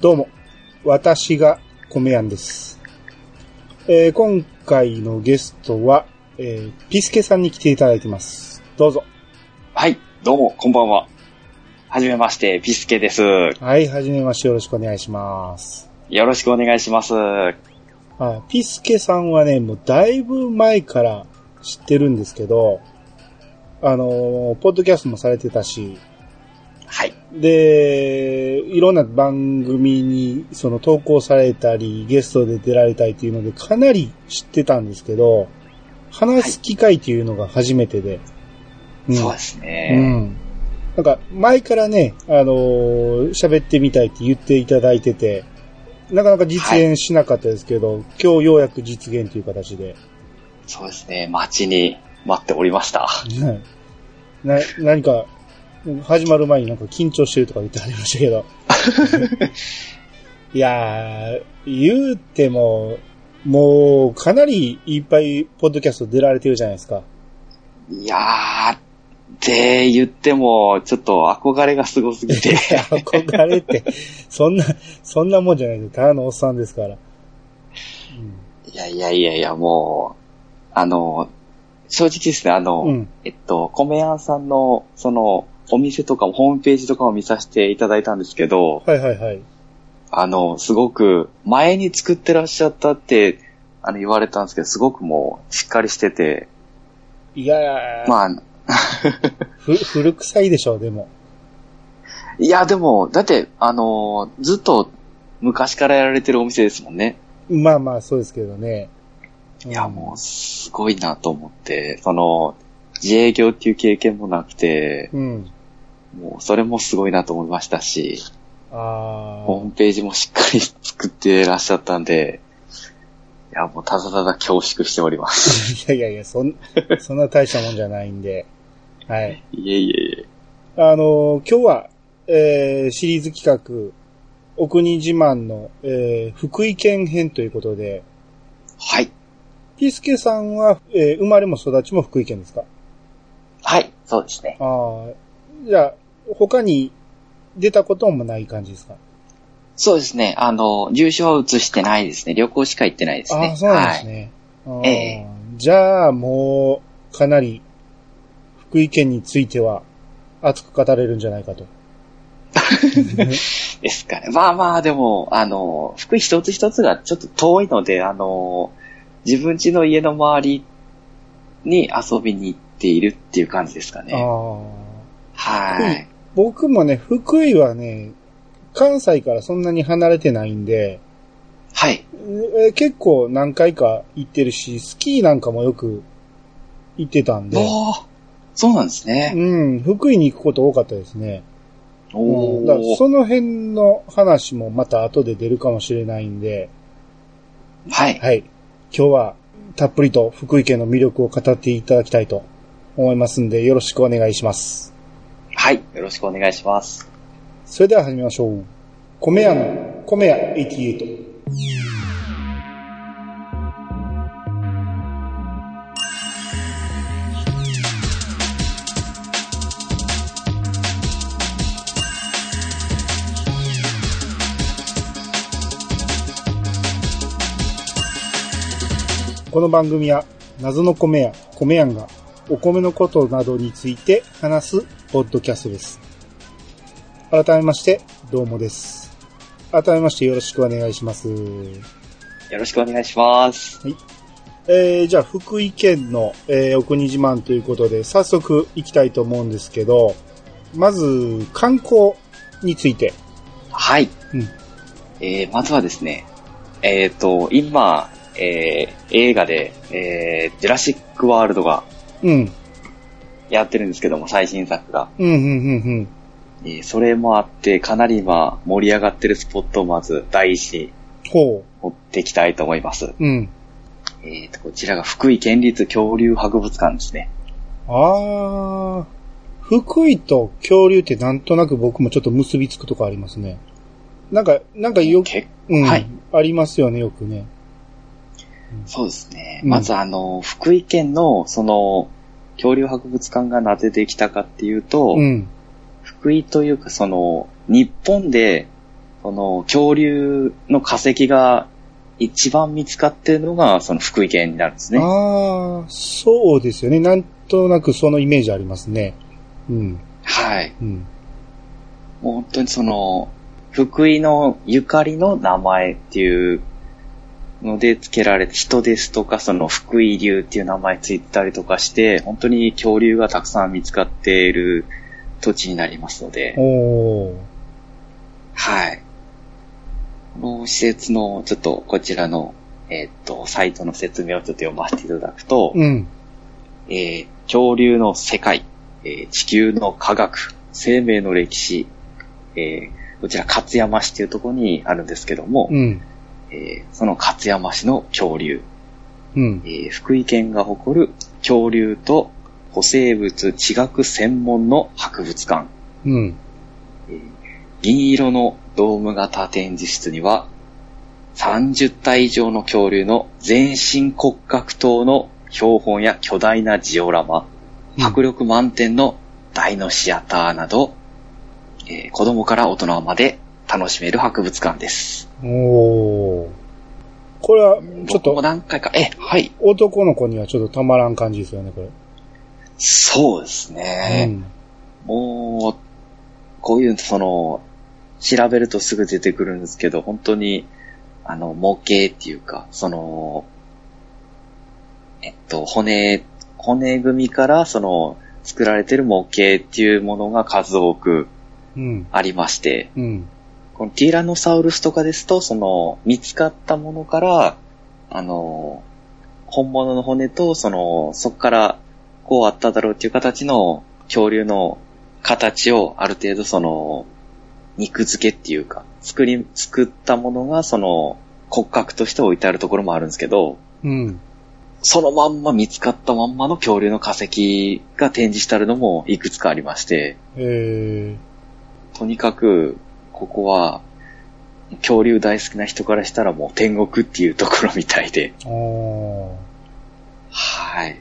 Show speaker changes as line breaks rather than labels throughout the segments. どうも、私が米やんです。えー今回のゲストは、えーピスケさんに来ていただいてます。どうぞ。
はい、どうも、こんばんは。はじめまして、ピスケです。よ
はい、はじめましてよろしくお願いします。
ろしくお願いします。は
あピスケさんはね、もうだいぶ前から知ってるんですけど、あのーポッドキャストもされてたし、
い。
で、いろんな番組にその投稿されたり、ゲストで出られたりっていうので、かなり知ってたんですけど、話す機会っていうのが初めてで。ん
そうです
う
ね。
ん。なんか、前からね、あのー喋ってみたいって言っていただいてて、なかなか実現しなかったですけど、今日ようやく実現という形で。
そうですね。待ちに待っておりました。
はいな、 何か、始まる前になんか緊張してるとか言ってありましたけ ど。いやー、言うても、もうかなりいっぱいポッドキャスト出られてるじゃないですか。
いやー、って言っても、ちょっと憧れがすごすぎて。
いや憧れ って、そんな、そんなもんじゃないですただのおっさんですから。
いやいやいやいや、もう、あの、正直ですね、あの、
うん。うん
えっと、米屋さんの、その、お店とかも、ホームページとかも見させていただいたんですけど、
はいはいはい。
あの、すごく、前に作ってらっしゃったって、あの、言われたんですけど、すごくもう、しっかりしてて、
いやー、
まあ、
ふ古臭いでしょう、でも。
いや、でも、だって、あの、ずっと、昔からやられてるお店ですもんね。
まあまあ、そうですけどね。
いや、もう、すごいなと思って、その、自営業っていう経験もなくて、
うん。うん。
もう、それもすごいなと思いましたし、
あー。
ホームページもしっかり作ってらっしゃったんで、いや、もう、ただただ恐縮しておりま す。
いやいやいや、そん、 そんな大したもんじゃないんで。はい。
いえいえいえ。
あの今日は、えー、シリーズ企画、お国自慢の、えー、福井県編ということで、
はい。
ピスケさんは、えー、生まれも育ちも福井県ですか
はい、そうですね。
ああ、じゃあ、他に出たこともない感じですか
そうですね。あの、住所は移してないですね。旅行しか行ってないですね。
ああ、そうなんですね。
い
あー
え
じゃあ、もう、かなり、福井県については、熱く語れるんじゃないかと。
はい。ですかね。まあまあ、でも、あの、福井一つ一つがちょっと遠いので、あの、自分家の家の周りに遊びに行っているっていう感じですか
あ
ね。
あ。
はい。
僕もね、福井はね、関西からそんなに離れてないんで、
はい。
えー結構何回か行ってるし、スキーなんかもよく行ってたんで、
おーそうなんですね。
うん、福井に行くこと多かったですね。う
お
んだから
ー
その辺の話もまた後で出るかもしれないんで、
はい。
はい。今日はたっぷりと福井県の魅力を語っていただきたいと思いますんで、よろしくお願いします。
はい。よろしくお願いします。
それでは始めましょう。米屋の米屋88。この番組は謎の米や米やんがお米のことなどについて話すポッドキャストです。改めまして、どうもです。改めましてよろしくお願いします。
よろしくお願いします。
えー、じゃあ、福井県の、えーお国自慢ということで、早速行きたいと思うんですけど、まず、観光について。
はい。
うん
えーまずはですね、えっ、と、今、えー映画で、えージュラシックワールドが
うん、
やってるんですけども、最新作が。
うん、うん、うん、
えーそれもあって、かなり今、盛り上がってるスポットをまず、第一に
うん。ほ
持っていきたいと思います。
う。うん。
えっ、と、こちらが福井県立恐竜博物館ですね。
あー、福井と恐竜ってなんとなく僕もちょっと結びつくとこありますね。なんか、なんかよく、
け
うん、
はい
ありますよね、よくね。
そうですね。
うん
まず、あの、福井県の、その、恐竜博物館がなぜできたかっていうと、
うん。
福井というか、その、日本で、その恐竜の化石が一番見つかってるのが、その福井県になるんですね。は
ああ、そうですよね。なんとなくそのイメージありますね。うん。
い。
うん。
もう本当にその、福井のゆかりの名前っていうので付けられて、人ですとか、その福井流っていう名前ついてたりとかして、本当に恐竜がたくさん見つかっている土地になりますので、
おー。
はい。この施設の、ちょっとこちらの、えーっと、サイトの説明をちょっと読ませていただくと、
うん。
えー恐竜の世界、えー地球の科学、生命の歴史、えーこちら勝山市というところにあるんですけども、
うん。
えーその勝山市の恐竜、
うん
え。ー福井県が誇る恐竜と古生物地学専門の博物館、
うん。
えー銀色のドーム型展示室には、30体以上の恐竜の全身骨格等の標本や巨大なジオラマ、迫力満点の大のシアターなど、えー子供から大人まで楽しめる博物館です。
おー。これは、ちょっ
僕も
と、
何回か、え、はい。
男の子にはちょっとたまらん感じですよね、これ。
そうです
う
ね。
ん。
もう、こういう、その、調べるとすぐ出てくるんですけど、本当に、あの、模型っていうか、その、えっと、骨、骨組みから、その、作られてる模型っていうものが数多く
うん。
ありまして、
うん。
このティーラノサウルスとかですと、その、見つかったものから、あの、本物の骨と、その、そこから、こうあっただろうっていう形の恐竜の形を、ある程度その、肉付けっていうか、作り、作ったものが、その、骨格として置いてあるところもあるんですけど、
うん。
そのまんま見つかったまんまの恐竜の化石が展示してあるのもいくつかありまして、
え
とにかく、ここは、恐竜大好きな人からしたらもう天国っていうところみたいで。
ー、おー。
はい。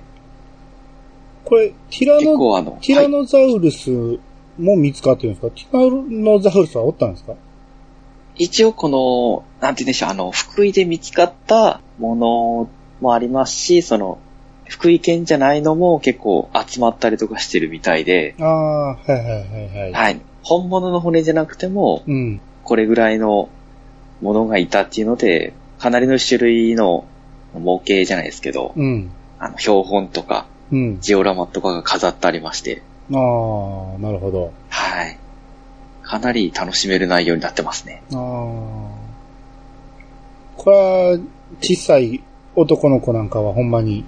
これ、ティラ
結
ノ、
構あの、
ティラノザウルスも見つかってるんですか、ティラノザウルスはおったんですか
はい一応この、なんて言うんでしょう、あの、福井で見つかったものもありますし、その、福井県じゃないのも結構集まったりとかしてるみたいで、
あー、はいはいはいはい。
はい。本物の骨じゃなくても、
うん。
これぐらいのものがいたっていうので、かなりの種類の模型じゃないですけど、
うん。
あの、標本とか、
うん。
ジオラマとかが飾ってありまして、
あー、なるほど。
はい。かなり楽しめる内容になってますね。
あー。これは、小さい男の子なんかはほんまに、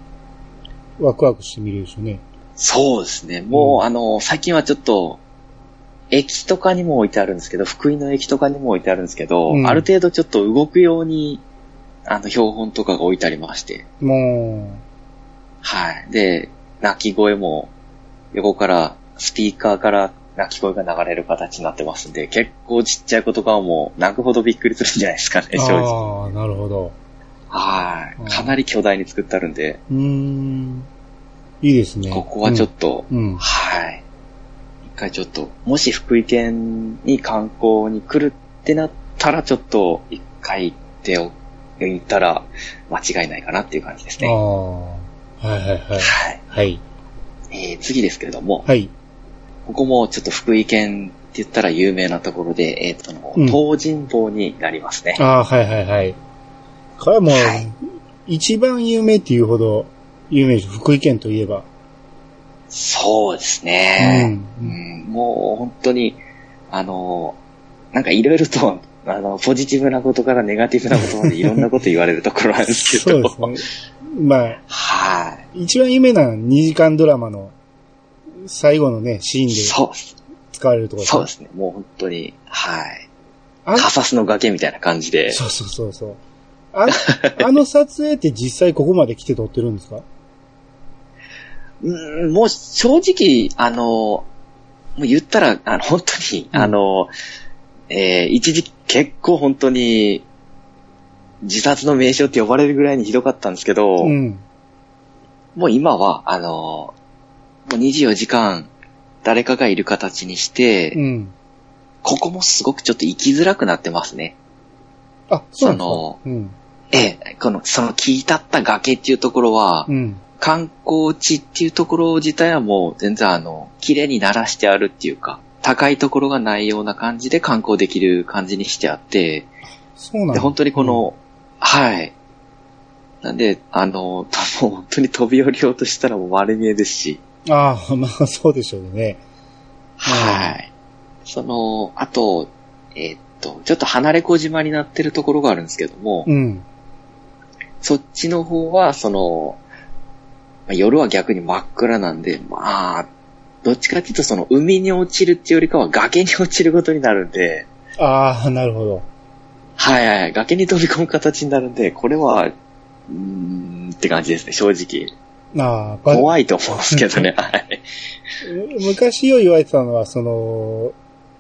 ワクワクして見れるでしょうね。
そうですね。
う
もう、
ん
あの、最近はちょっと、駅とかにも置いてあるんですけど、福井の駅とかにも置いてあるんですけど、
うん
ある程度ちょっと動くように、あの、標本とかが置いてありまして、
も
はい。で、泣き声も、横から、スピーカーから泣き声が流れる形になってますんで、結構ちっちゃい子とかはもう、泣くほどびっくりするんじゃないですかね、
う、
正直。
ああ、なるほど。
は
うん
い。かなり巨大に作ってあるんで、
うーん。いいですね。
ここはちょっと、
うん。うん。
はい。一回ちょっと、もし福井県に観光に来るってなったら、ちょっと一回行ってお、行ったら間違いないかなっていう感じです
あ
ね。
あ。はいはいはい。
はい。
はい。
えー次ですけれども、
はい。
ここもちょっと福井県って言ったら有名なところで、えっ、と、
うん
東尋坊になりますね。
ああ、はいはいはい。これはもう、
はい
一番有名っていうほど、有名でしょ福井県といえ ば。
そうですね。
う。
うんんもう本当に、あの、なんかいろいろと、 あの、ポジティブなことからネガティブなことまでいろんなこと言われるところなんですけ
そ
ど。
うですね。まあ、
はい。
一番有名なのは2時間ドラマの最後のね、シーンで
そうです。
使われるところ。
そうですすね。もう本当に、はい。
あん
カサスの崖みたいな感じで。
そうそうそうそう。あ あの撮影って実際ここまで来て撮ってるんですか
うん、もう正直、あの、もう言ったら、あの、本当に、
うん
あの、えー一時期結構本当に、自殺の名称って呼ばれるぐらいにひどかったんですけど、
うん。
もう今は、あのーもう24時間、誰かがいる形にして、
うん。
ここもすごくちょっと行きづらくなってますね。
あ、そうなん
そ
ですか
ええ、この、その切り立った崖っていうところは
う、ん。うん。
観光地っていうところ自体はもう全然あの、綺麗にならしてあるっていうか、高いところがないような感じで観光できる感じにしてあって、
そうなん
で、
だ
本当にこの、はい。なんで、あの、もう本当に飛び降りようとしたらもう丸見えですし、
ああ、まあそうでしょうね。
はい。その、あと、えーっと、ちょっと離れ小島になってるところがあるんですけども、
うん。
そっちの方は、その、まあ夜は逆に真っ暗なんで、まあ、どっちかっていうとその海に落ちるっていうよりかは崖に落ちることになるんで、
ああ、なるほど。
はいはい、崖に飛び込む形になるんで、これは、うーんって感じですね、正直。
ああ、ば
怖いと思うんですけどね、はい。
昔よう言われてたのは、その、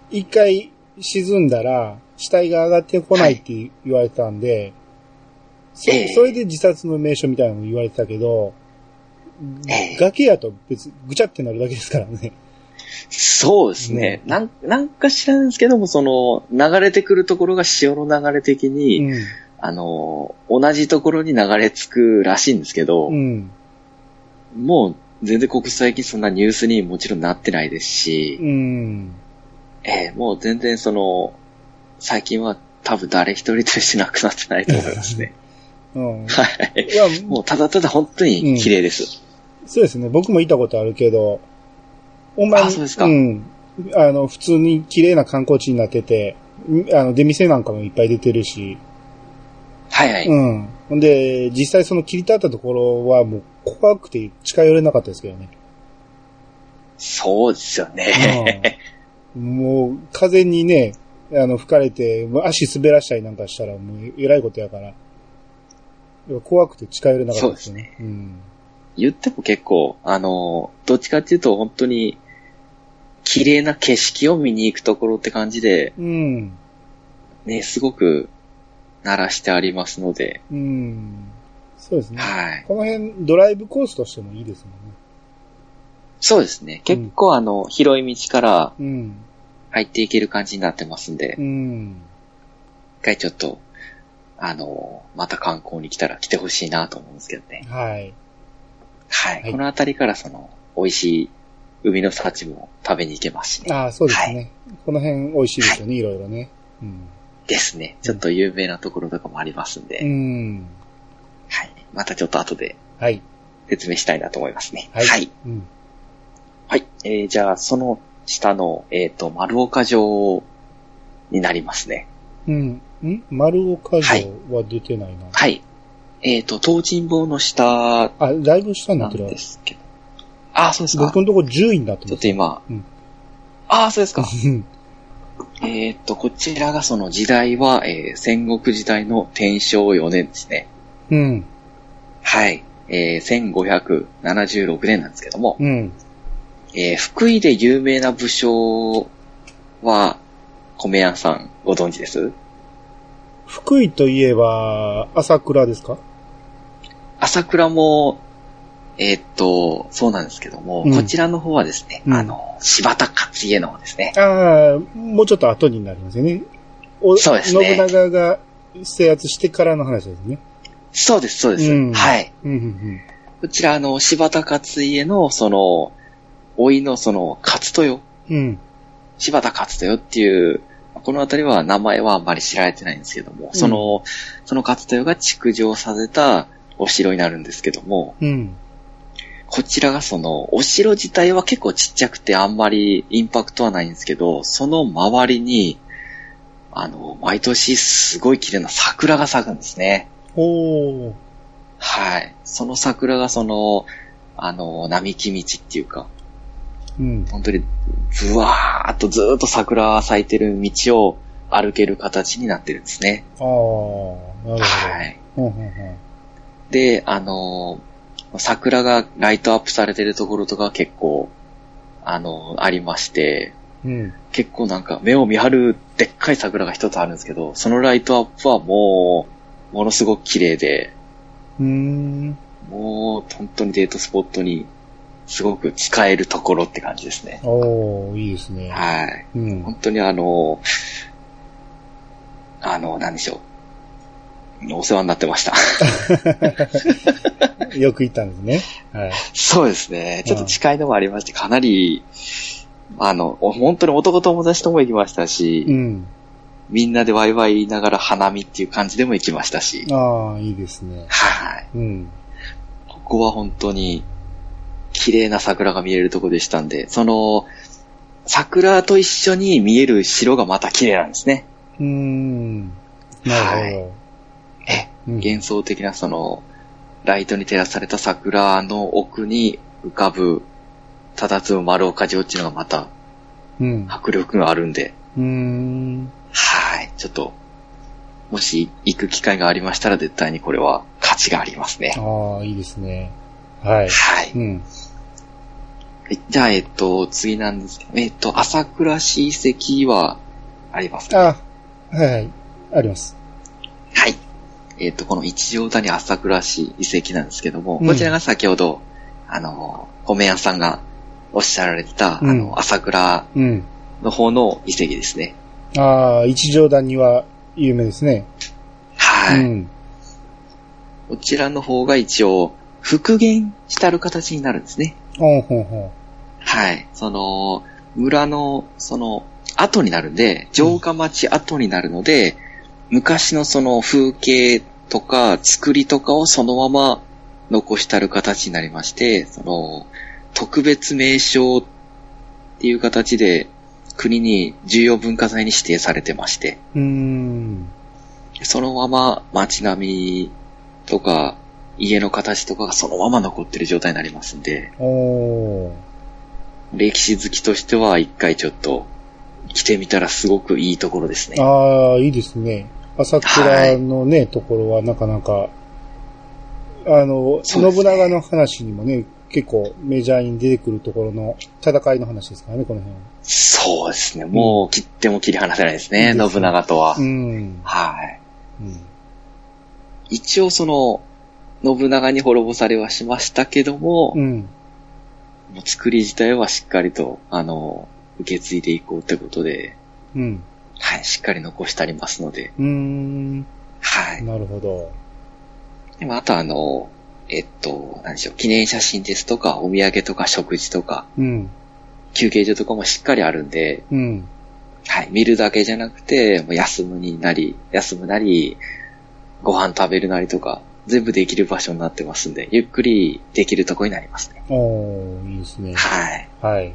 一回沈んだら、死体が上がってこないって言われてたんで、そ
ええ
それで自殺の名所みたいなのも言われてたけど、
ええ
崖やと別にぐちゃってなるだけですからね。
そうですね。なんなんか知らんですけども、その、流れてくるところが潮の流れ的
う
に、
ん。
あの、同じところに流れ着くらしいんですけど、
うん。
もう全然国際的にそんなニュースにもちろんなってないですし、
うん。
えーもう全然その、最近は多分誰一人としなくなってないと思いますね。
うん。い
はい。
や、
もうただただ本当に綺麗です。
そうですね。僕も行ったことあるけど、ほんまに、
あそうですか
ん。あの、普通に綺麗な観光地になってて、んあの、出店なんかもいっぱい出てるし、
はいはい。
うん。ほんで、実際その切り立ったところはもう怖くて近寄れなかったですけど ね。
そうですよね。
うん、もう、風にね、あの、吹かれて、もう足滑らしたりなんかしたらもうえらいことやから、怖くて近寄れなかったですよね。そうですね。
言っても結構、あの、どっちかっていうと本当に、綺麗な景色を見に行くところって感じで、
うん。うん。
ね、すごく、鳴らしてありますので、
うん。そうですね。
はい。
この辺、ドライブコースとしてもいいですもんね。
そうですね。結構あの、広い道から
うん。
入っていける感じになってますんで
う、ん。
一回ちょっと、あの、また観光に来たら来てほしいなと思うんですけどね。
はい。
はい。
はい
この辺りからその、美味しい海の幸も食べに行けますしね。
ああ、そうですね。この辺美味しいですよね、いろいろね。うん。
ですね。ちょっと有名なところとかもありますんで、
うん。
はい。またちょっと後で
はい。
説明したいなと思いますね。
は
はいい。はい。
うん。
えー、じゃあ、その下の、えっ、と、丸岡城になりますね。
うん。ん丸岡
は
城
い
は出てないな。
はい。えっ、と、東尋坊の下
あ、だいぶ下にな
な
っ
ん
てるわ
で。すけど。ああ、そうですか。
僕のとこ10位になって
ちょ
ま
っと今。
うん
ああ、そうですか。
す。うん。
えーっと、こちらがその時代は、えー戦国時代の天正4年ですね。
うん。
はい。えー1576年なんですけども、
うん。
えー福井で有名な武将は、米屋さんご存知です
福井といえば、朝倉ですか
朝倉も、えーっと、そうなんですけども、
うん
こちらの方はですね、
うん
あの、柴田勝家の方ですね。
ああ、もうちょっと後になりますよね。お
そうですね
信長が制圧してからの話ですね。
そうです、そうです。
うん
はい。
うん、うん、
こちら、あの、柴田勝家の、その、老いの、その、勝豊、
うん。うん。
柴田勝豊っていう、この辺りは名前はあまり知られてないんですけども、その、その勝豊が築城させたお城になるんですけども、
うん。
こちらがその、お城自体は結構ちっちゃくてあんまりインパクトはないんですけど、その周りに、あの、毎年すごい綺麗な桜が咲くんですね。
おー。
はい。その桜がその、あの、並木道っていうか、
うん。
本当に、ぶわーっとずーっと桜が咲いてる道を歩ける形になってるんですね。
ああ、なる
はい。
ほど。うんうん
で、あの、桜がライトアップされてるところとか結構、あの、ありまして、
うん。うん。
結構なんか目を見張るでっかい桜が一つあるんですけど、そのライトアップはもう、ものすごく綺麗で、
うーん。
もう、本当にデートスポットにすごく使えるところって感じですね。
おー、いいですね。
はい。
うん。
本当にあの、あの、なんでしょう。お世話になってました。
よく行ったんですね。はい。
そうですね。ちょっと近いのもありまして、かなり、あの、お本当に男友達とも行きましたし、
うん。
みんなでワイワイ言いながら花見っていう感じでも行きましたし、
ああ、いいですね。
はい。
うん。
ここは本当に、綺麗な桜が見えるとこでしたんで、その、桜と一緒に見える城がまた綺麗なんですね。
うーん。なるほ
いえ
ど。うん
幻想的なその、ライトに照らされた桜の奥に浮かぶ、たたずむ丸岡城っていうのがまた
うん。
迫力があるんで、
うーん。
はい。ちょっと、もし行く機会がありましたら絶対にこれは価値がありますね。
ああ、いいですね。はい。
はい。
うん。
じゃあ、えっと、次なんですけど、えっと、朝倉市遺跡はありますか
あはいはい。あります。
はい。えっと、この一条谷朝倉市遺跡なんですけども、
うん
こちらが先ほど、あの、米屋さんがおっしゃられてた、
うん
あの、朝倉
うん。
の方の遺跡ですね。
ああ、一条谷は有名ですね。
はい。
うん。
こちらの方が一応、復元したる形になるんですね。
おんほんほん。
はい。その、村の、その、後になるんで、城下町後になるので、昔のその風景とか作りとかをそのまま残したる形になりまして、その、特別名称っていう形で国に重要文化財に指定されてまして、
うーん。
そのまま街並みとか家の形とかがそのまま残ってる状態になりますんで、
おー。
歴史好きとしては一回ちょっと来てみたらすごくいいところですね。
ああ、いいですね。朝倉のね、ところはなかなか、あの、
そうですね
信長の話にもね、結構メジャーに出てくるところの戦いの話ですからね、この辺は。
そうですね。もう切っても切り離せないですね。
いいですね
信長とは。
うん。
はい。
うん
一応その、信長に滅ぼされはしましたけども、
うん。
もう作り自体はしっかりと、あの、受け継いでいこうってことで、
うん。
はい、しっかり残してありますので、
うーん。
はい。
なるほど。
でもあとあの、えっと、何でしょう、記念写真ですとか、お土産とか食事とか、
うん。
休憩所とかもしっかりあるんで、
うん。
はい、見るだけじゃなくて、もう休むになり、休むなり、ご飯食べるなりとか、全部できる場所になってますんで、ゆっくりできるとこになりますね。
おー、いいですね。
はい。
はい。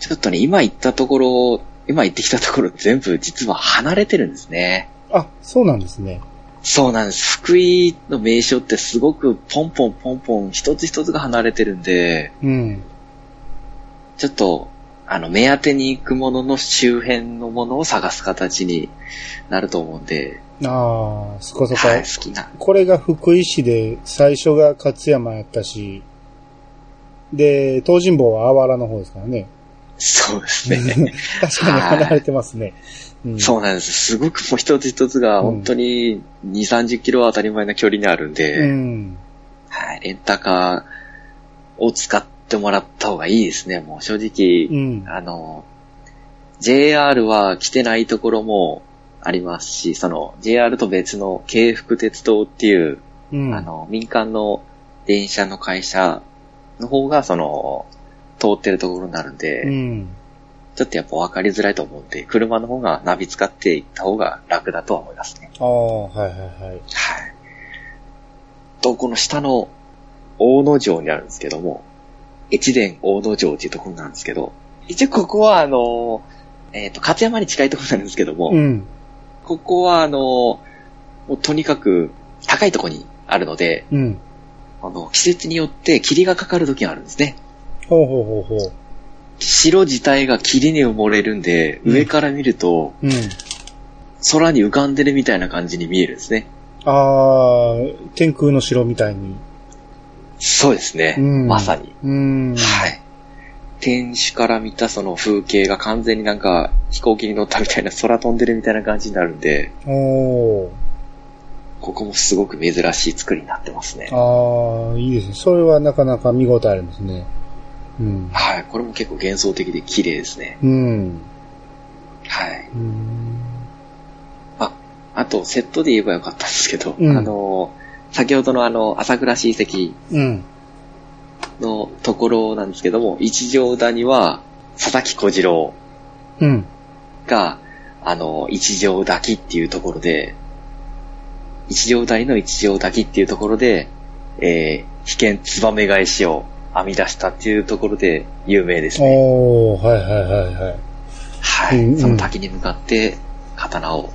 ちょっとね、今行ったところ、今行ってきたところ全部実は離れてるんですね。
あ、そうなんですね。
そうなんです。福井の名所ってすごくポンポンポンポン一つ一つが離れてるんで、
うん。
ちょっと、あの、目当てに行くものの周辺のものを探す形になると思うんで、
ああ、そこそこ。
はい、好きな。
これが福井市で、最初が勝山やったし、で、東尋坊はあわらの方ですからね。
そうですね。
確かに離れてますね。うん
そうなんです。すごくもう一つ一つが本当に2、30キロは当たり前な距離にあるんで、
うん。
はい、レンタカーを使ってもらった方がいいですね。もう正直、
うん。
あの、JR は来てないところもありますし、その JR と別の京福鉄道っていう、
うん。
あの、民間の電車の会社の方がその、通ってるところになるんで、
うん。
ちょっとやっぱ分かりづらいと思うんで、車の方がナビ使っていった方が楽だとは思いますね。
ああ、はいはいはい。
はい。と、この下の大野城にあるんですけども、越前大野城っていうところなんですけど、一応ここはあの、えっ、と、勝山に近いところなんですけども、
うん。
ここはあの、もうとにかく高いところにあるので、
うん。
あの、季節によって霧がかかる時があるんですね。
ほうほうほうほう。
城自体が霧に埋もれるんで、
うん
上から見ると、
うん。
空に浮かんでるみたいな感じに見えるんですね。
ああ、天空の城みたいに。
そうですね。
うん
まさに。
うん。
はい。天守から見たその風景が完全になんか飛行機に乗ったみたいな空飛んでるみたいな感じになるんで、
おー。
ここもすごく珍しい作りになってますね。
ああ、いいですね。それはなかなか見応えありますね。うん。
はい。これも結構幻想的で綺麗ですね。
うん。
はい。
うん。
あと、セットで言えばよかったんですけど、
うん
あの、先ほどのあの、朝倉史跡
うん。
のところなんですけども、一条谷は、佐々木小次郎
うん。
が、あの、一条滝っていうところで、一条谷の一条滝っていうところで、えー、被験ツバメ返しを編み出したっていうところで有名ですね。
おー、はいはいはいはい。
はい。
うんうん
その滝に向かって、刀を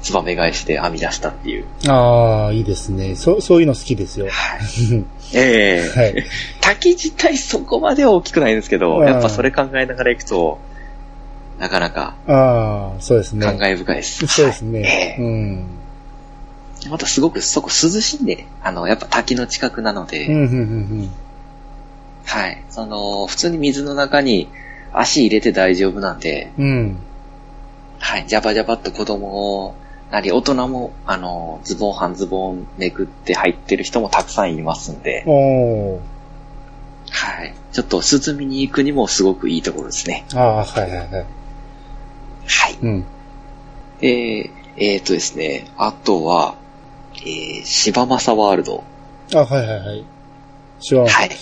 ツバメ返しで編み出したっていう。
ああ、いいですね。そ、そういうの好きですよ。は
はい。 ええ
い。
滝自体そこまでは大きくないんですけど、
うん
やっぱそれ考えながら行くと、なかなか
ああ、そうですね。
感慨深いです。
そうですね。
は
うん。
いまたすごくそこ涼しいんで、あの、やっぱ滝の近くなので、
うん、うん、うん、
はい。その、普通に水の中に足入れて大丈夫なんで、
うん。うん。
はい。ジャバジャバっと子供なり大人も、あの、ズボン半ズボンめくって入ってる人もたくさんいますんで、
おー。
はい。ちょっと涼みに行くにもすごくいいところですね。
ああ、はいはいはい。
はい。
うん。
で、えっ、とですね、あとは、えー、柴正ワールド。
あはいはいはい。柴山さん。
はい。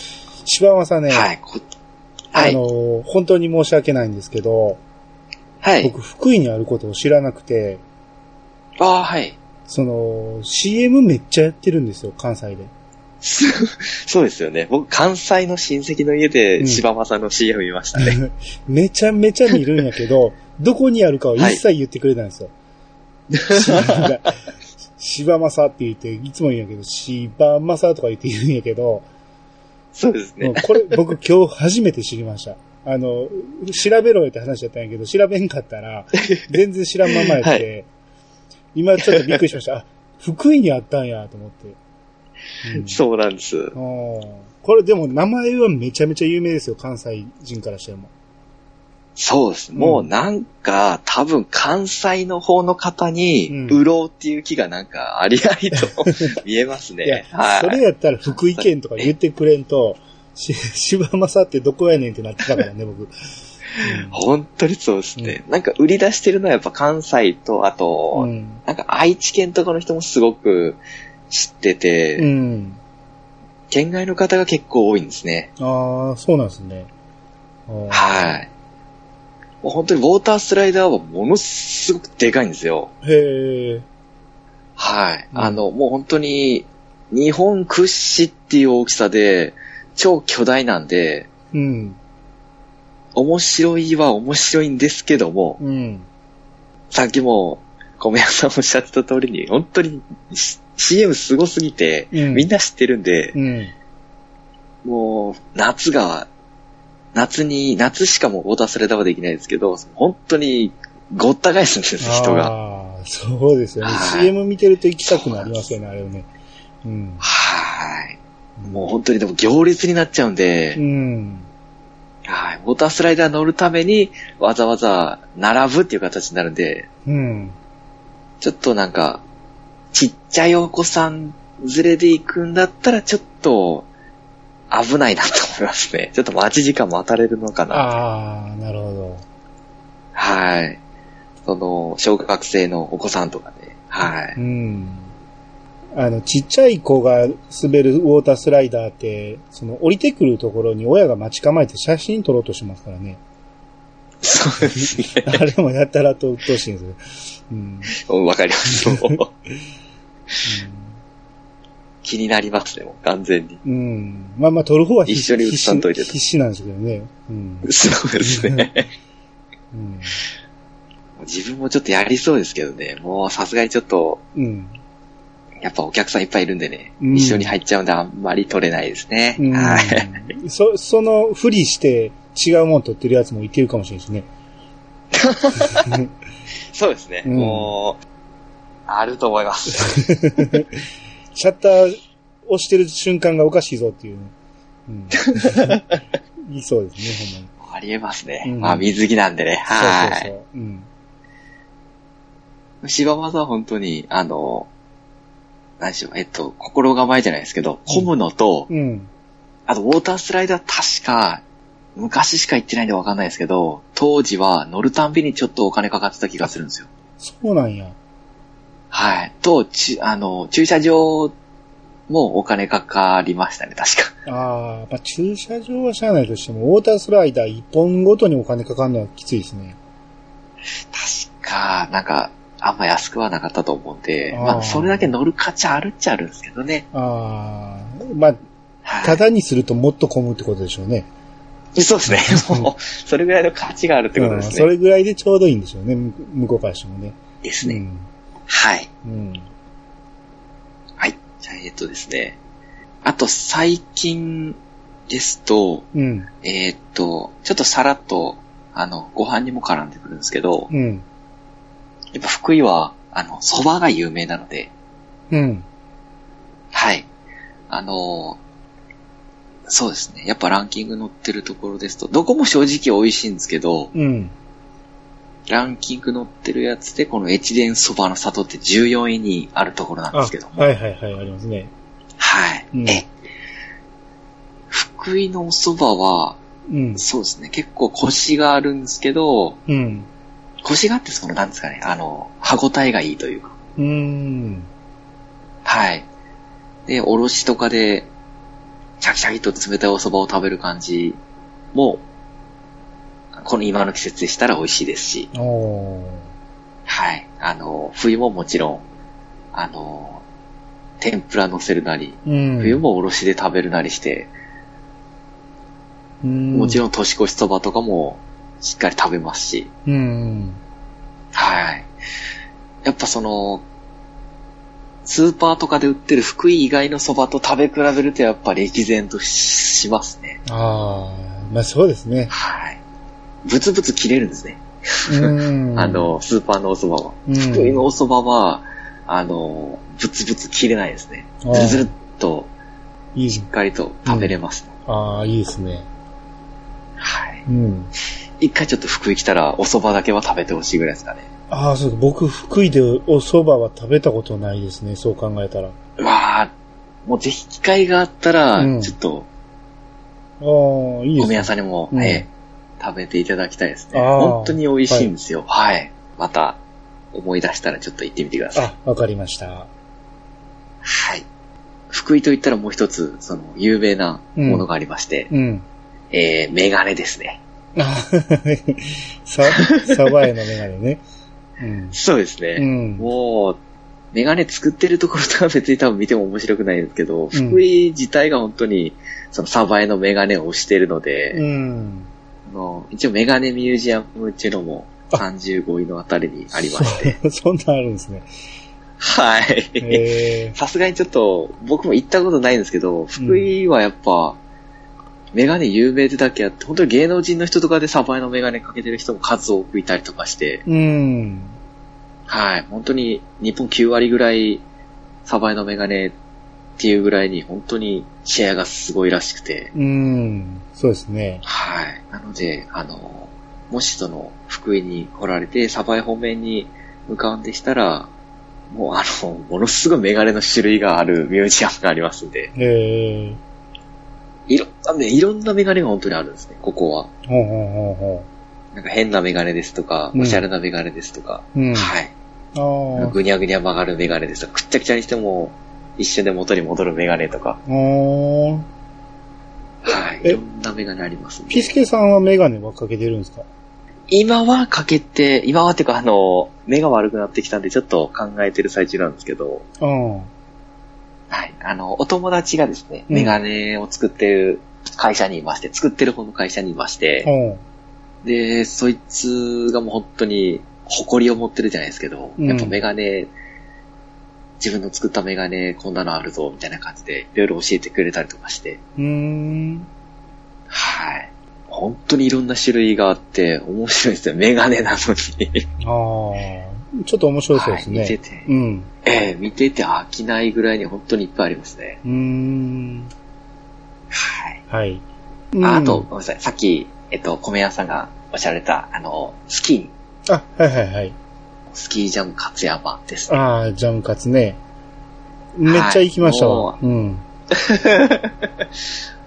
柴山さんね、
はい。こは
あ
い。
の、本当に申し訳ないんですけど、
はい。
僕、福井にあることを知らなくて、
ああ、はい。
その、CM めっちゃやってるんですよ、関西で。
すそうですよね。僕、関西の親戚の家
う
で
ん
柴正の CM 見ましたね。
めちゃめちゃ見るんやけ ど、どこにあるかは一切言ってくれないんですよ。柴が柴正って言って、いつも言うんやけど、柴正とか言って言うんやけど、
そうですね
もう。これ僕今日初めて知りました。あの、調べろよって話だったんやけど、調べんかったら、全然知らんままやって、
は
今ちょっとびっくりしました。あ、福井にあったんやと思って。うん
そうなんです。
うんこれでも名前はめちゃめちゃ有名ですよ、関西人からしても。
そうです。
ん
もうなんか、多分関西の方の方に、
うん
売ろうっていう気がなんかありあり と見えます
いや
ね。、はい。
それやったら福井県とか言ってくれんと、し 柴正ってどこやねんってなってたからね、僕。うん
本当にそうですね。なんか売り出してるのはやっぱ関西と、あと、
うん。
なんか愛知県とかの人もすごく知ってて、
うん。
県外の方が結構多いんですね。
ああ、そうなんですね。あー
はい。もう本当にウォータースライダーはものすごくでかいんですよ。
へえ。
はい。
うん
あの、もう本当に日本屈指っていう大きさで、超巨大なんで、
うん。
面白いは面白いんですけども、
うん。
さっきも、米屋さんおっしゃってた通りに、本当にし CM すごすぎて、
うん
みんな知ってるんで、
うん。
もう、夏が、夏に、夏しかもウォータースライダーはできないですけど、本当にごった返すんですよ、 人が。
ああ、そうですよね。
はい
CM 見てると行きたくなりますよね、あれをね。うん。
はい。もう本当にでも行列になっちゃうんで、
うん。
はい。ウォータースライダー乗るために、わざわざ並ぶっていう形になるんで、
うん。
ちょっとなんか、ちっちゃいお子さん連れで行くんだったら、ちょっと、危ないなと思いますね。 ちょっと待ち時間待たれるのかな。
ああ、なるほど。
はい。その、小学生のお子さんとかで、はい。
うん。あの、ちっちゃい子が滑るウォータースライダーって、その降りてくるところに親が待ち構えて写真撮ろうとしますから ね。
そうですね。
あれもやったらと、うっとうしいんですよ。うん。
わかります。 もう気になりますね、もう完全に。
うん。うんまあまあ撮る方は必
一緒に写さんといてと
必死なんですけどね。うん。
そうですね。
うん。
自分もちょっとやりそうですけどね。もうさすがにちょっと、
うん。
やっぱお客さんいっぱいいるんでね。
うん
一緒に入っちゃうんであんまり取れないですね。
うん
はい。
そ、その、ふりして違うもん撮ってるやつもいてるかもしれないしね。
そうですね。
うん
もう、あると思います。
シャッター押してる瞬間がおかしいぞっていうね。うん。 言いそうですね、
ありえますね。
うん
まあ水着なんでね。
ほんまに。そ
は
うそうそ
い。
う。うん。
芝技は本当に、あの、何しろ、えっと、心構えじゃないですけど、混むのと、
うん。
あとウォータースライダー確か、昔しか行ってないんでわかんないですけど、当時は乗るたんびにちょっとお金かかってた気がするんですよ。
そうなんや。
はい。と、ち、あの、駐車場もお金かかりましたね、確か。
ああ、まあ、駐車場はしゃあないとしても、ウォータースライダー一本ごとにお金かかるのはきついですね。
確か、なんか、あんま安くはなかったと思うんで、
あー
まあ、それだけ乗る価値あるっちゃあるんですけどね。
ああ、まあ、
はい。
ただにするともっと混むってことでしょうね。
そうです ね。もう、それぐらいの価値があるってことです
うん
ね。
それぐらいでちょうどいいんでしょうね、む向こうからしてもね。
ですね。はい。
うん。うん。
はい。じゃあ、えっとですね。あと、最近ですと、
うん。
えーっと、ちょっとさらっと、あの、ご飯にも絡んでくるんですけど、
うん。
やっぱ福井は、あの、蕎麦が有名なので、
うん。
はい。あのーそうですね。やっぱランキング載ってるところですと、どこも正直美味しいんですけど、
うん。
ランキング載ってるやつで、この越前蕎麦の里って14位にあるところなん
あ、
ですけど、
はいはいはい、ありますね。
はい。
うん
え、福井のお蕎麦は、
うん。
そうですね。結構コシがあるんですけど、
うん。
コシがあってその、なんですかね、あの、歯応えがいいというか。
うーん。
はい。で、おろしとかで、シャキシャキと冷たいお蕎麦を食べる感じも、この今の季節でしたら美味しいですし、
おー。
はい。あの、冬ももちろん、あの、天ぷら乗せるなり、
うん。
冬もおろしで食べるなりして、
うん、
もち
ん。
ろん年越しそばとかもしっかり食べますし、
うん。
はい。やっぱその、スーパーとかで売ってる福井以外のそばと食べ比べるとやっぱり歴然とししますね。。
ああ、まあそうですね
はい。ブツブツ切れるんですね。
うん。
あ、の、スーパーのお蕎麦は。
うん、
福井のお蕎麦は、あの、ブツブツ切れないですね。
あー
ずるずるっと、
いい
しっかりと食べれます。
ああ、いいですね。
はい。
うん。
一回ちょっと福井来たらお蕎麦だけは食べてほしいぐらいですかね。
ああ、そうか。僕、福井でお蕎麦は食べたことないですね。そう考えたら。あ
うわあ、もうぜひ機会があった
うん
ら、ちょっと、
あ、いいです
米
ね
屋。さんにも、
うん
ええ食べていただきたいですね。
あー
本当に美味しいんですよ。はい。また、思い出したらちょっと行ってみてください。
あ、わかりました。
はい。福井といったらもう一つ、その、有名なものがありまして、
うん。
えー、メガネですね。
あさ、サバエのメガネね。うん。
そうです
う
ね。
ん。
もう、メガネ作ってるところとか別に多分見ても面白くないですけど、
ん
福井自体が本当に、その、サバエのメガネを推してるので、
うん。
あの一応メガネミュージアムっていうのも、
あ
35位のあたりにありまして、
て。そ んなんあるんです ね。
はい。
え
さすがにちょっと、僕も行ったことないんですけど、福井はやっぱ、メガネ有名でだけあって、本当に芸能人の人とかでサバイのメガネかけてる人も数多くいたりとかして、
ー、うん。
はい、本当に日本9割ぐらいサバイのメガネっていうぐらいに本当にシェアがすごいらしくて、
うん。そうですね。
はい。なので、あの、もしその、福井に来られて、サバイ方面に向かうんでしたら、もうあの、ものすごいメガネの種類があるミュージアムがありますんで、
えー、
いろんなね、いろんなメガネが本当にあるんですね、ここは。
ほうほうほうほ
なんか変なメガネですとか、
うん
おしゃれなメガネですとか、
う。うん。
はい。
ああ。
ぐにゃぐにゃ曲がるメガネですとか、くっちゃくちゃにしても、一瞬で元に戻るメガネとか、
おー
はい。
え
いろんなメガネありますんで
ピスケさんはメガネはかけてるんですか
今はかけて、今はっていうかあの、目が悪くなってきたんでちょっと考えてる最中なんですけど、
うん。
はい。あの、お友達がですね、
うん
メガネを作ってる会社にいまして、作ってる方の会社にいまして、
うん。
で、そいつがもう本当に誇りを持ってるじゃないですけど、
うん
やっぱメガネ、自分の作ったメガネこんなのあるぞ、みたいな感じで、いろいろ教えてくれたりとかして、
うーん。
はい。本当にいろんな種類があって、面白いですね。メガネなのに。
ああ。ちょっと面白そうですね。
はい、見てて。
うん。
ええ見てて飽きないぐらいに本当にいっぱいありますね。
うーん。
はい。
はい。
ああと、ごめんなさい。さっき、えっと、米屋さんがおっしゃられた、あの、スキー、
うん。あ、はいはいはい。
スキージャム勝山ですね
ああ、ジャムカツね。めっちゃ行きましたわ。
は
うん。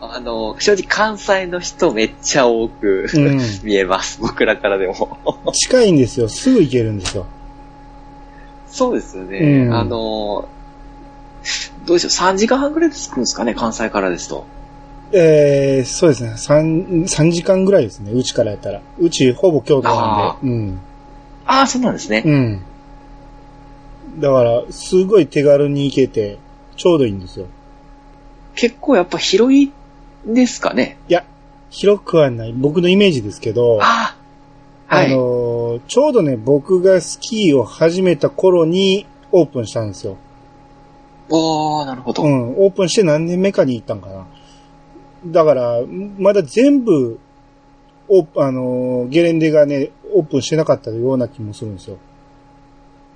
あの、正直関西の人めっちゃ多く
うん。
見えます。僕らからでも。
近いんですよ。すぐ行けるんですよ。
そうですよね。
うん
あの、どうでしょう。3時間半ぐらいで着くんですかね、関西からですと。
えー、そうですね。三三時間ぐらいですね。うちからやったら。うちほぼ京都な
あ
んで。うん。
ああ、そうなんですね。
うん。だから、すごい手軽に行けて、ちょうどいいんですよ。
結構やっぱ広いんですかね。
広くはない。僕のイメージですけど、
ああ。は
あ
い。
のーちょうどね、僕がスキーを始めた頃にオープンしたんですよ。
おー、なるほど。
うん、オープンして何年目かに行ったんかな。だから、まだ全部、オープンあのーゲレンデがね、オープンしてなかったような気もするんですよ。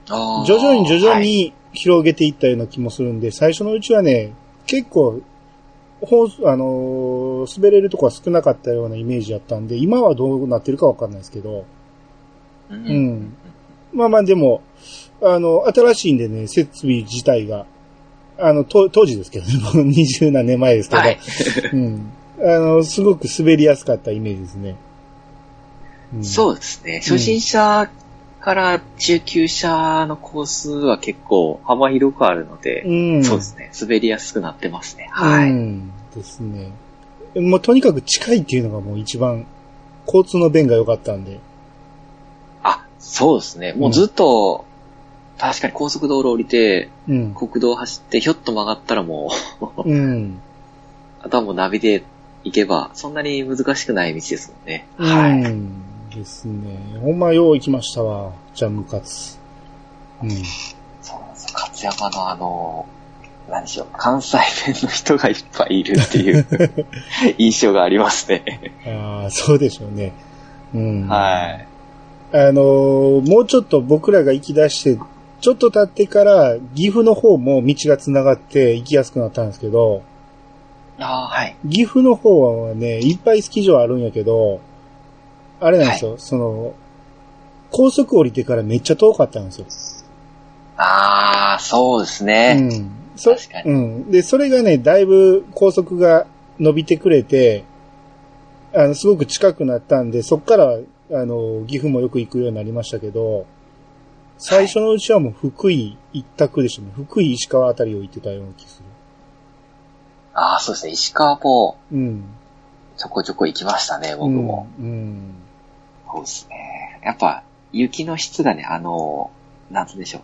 あー
徐々に徐々
はい
に広げていったような気もするんで、最初のうちはね、結構、ほうあのー滑れるとこは少なかったようなイメージだったんで、今はどうなってるかわかんないですけど、
う。
うんん。まあまあでも、あの、新しいんでね、設備自体が、あの、と当時ですけどね、 もう20何年前ですけど、
はい。
うん。あの、すごく滑りやすかったイメージですね。う
そうですね。初心者から中級者のコースは結構幅広くあるので、
ん。うん。
そうですね。滑りやすくなってますね。はい。
うん。ですね。もうとにかく近いっていうのがもう一番、交通の便が良かったんで。
あ、そうですね。もうずっと、確かに高速道路降りて、
うん。
国道走って、ひょっと曲がったらもう、
うん。
あとはもうナ ビで行けば、そんなに難しくない道ですもんね。
う。ん。ですね。ほんまよう行きましたわ。ジャムカツ。うん。
そうなんですよ。勝山のあの、何でしょう、関西弁の人がいっぱいいるっ ていう印象がありますね。
ああ、そうでしょうね。うん。
はい。
あのーもうちょっと僕らが行き出して、ちょっと経ってから、岐阜の方も道が繋がって行きやすくなったんですけど、
ああ、はい。
岐阜の方はね、いっぱいスキー場あるんやけど、あれなんですよ、その、高速降りてからめっちゃ遠かったんですよ。
ああ、そうです
う
ね。
ん。そ
確かに
うん。で、それがね、だいぶ高速が伸びてくれて、あの、すごく近くなったんで、そっから、あの、岐阜もよく行くようになりましたけど、最初のうちはもう福井一択でしたね。福井、石川あたりを行ってたような気す
ああ、そうですね。石川も
る。うん。
ちょこちょこ行きましたね、僕も。
うん。うん。
そうですね。やっぱ、雪の質がね、あの、なんつうんでしょう。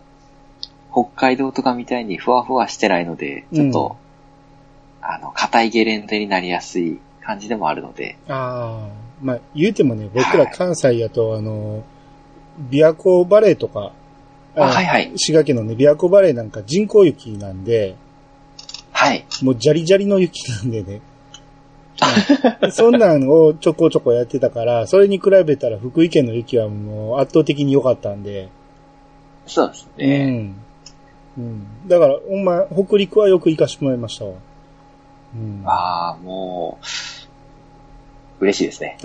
北海道とかみたいにふわふわしてないので、ちょっと、あの、硬いゲレンデになりやすい感じでもあるので、
ああ、まあ、言うてもね、僕ら関西やと、あの、琵琶湖バレーとか、
あ
の
はいはい
滋賀県のね、琵琶湖バレーなんか人工雪なんで、
はい。
もうジャリジャリの雪なんで ね。うんそんなんをちょこちょこやってたから、それに比べたら福井県の雪はもう圧倒的に良かったんで。
そうですね。
うん。うん。だから、ほんま、北陸はよく行かしてもらいましたわ。うん。
ああ、もう、嬉しいで すね。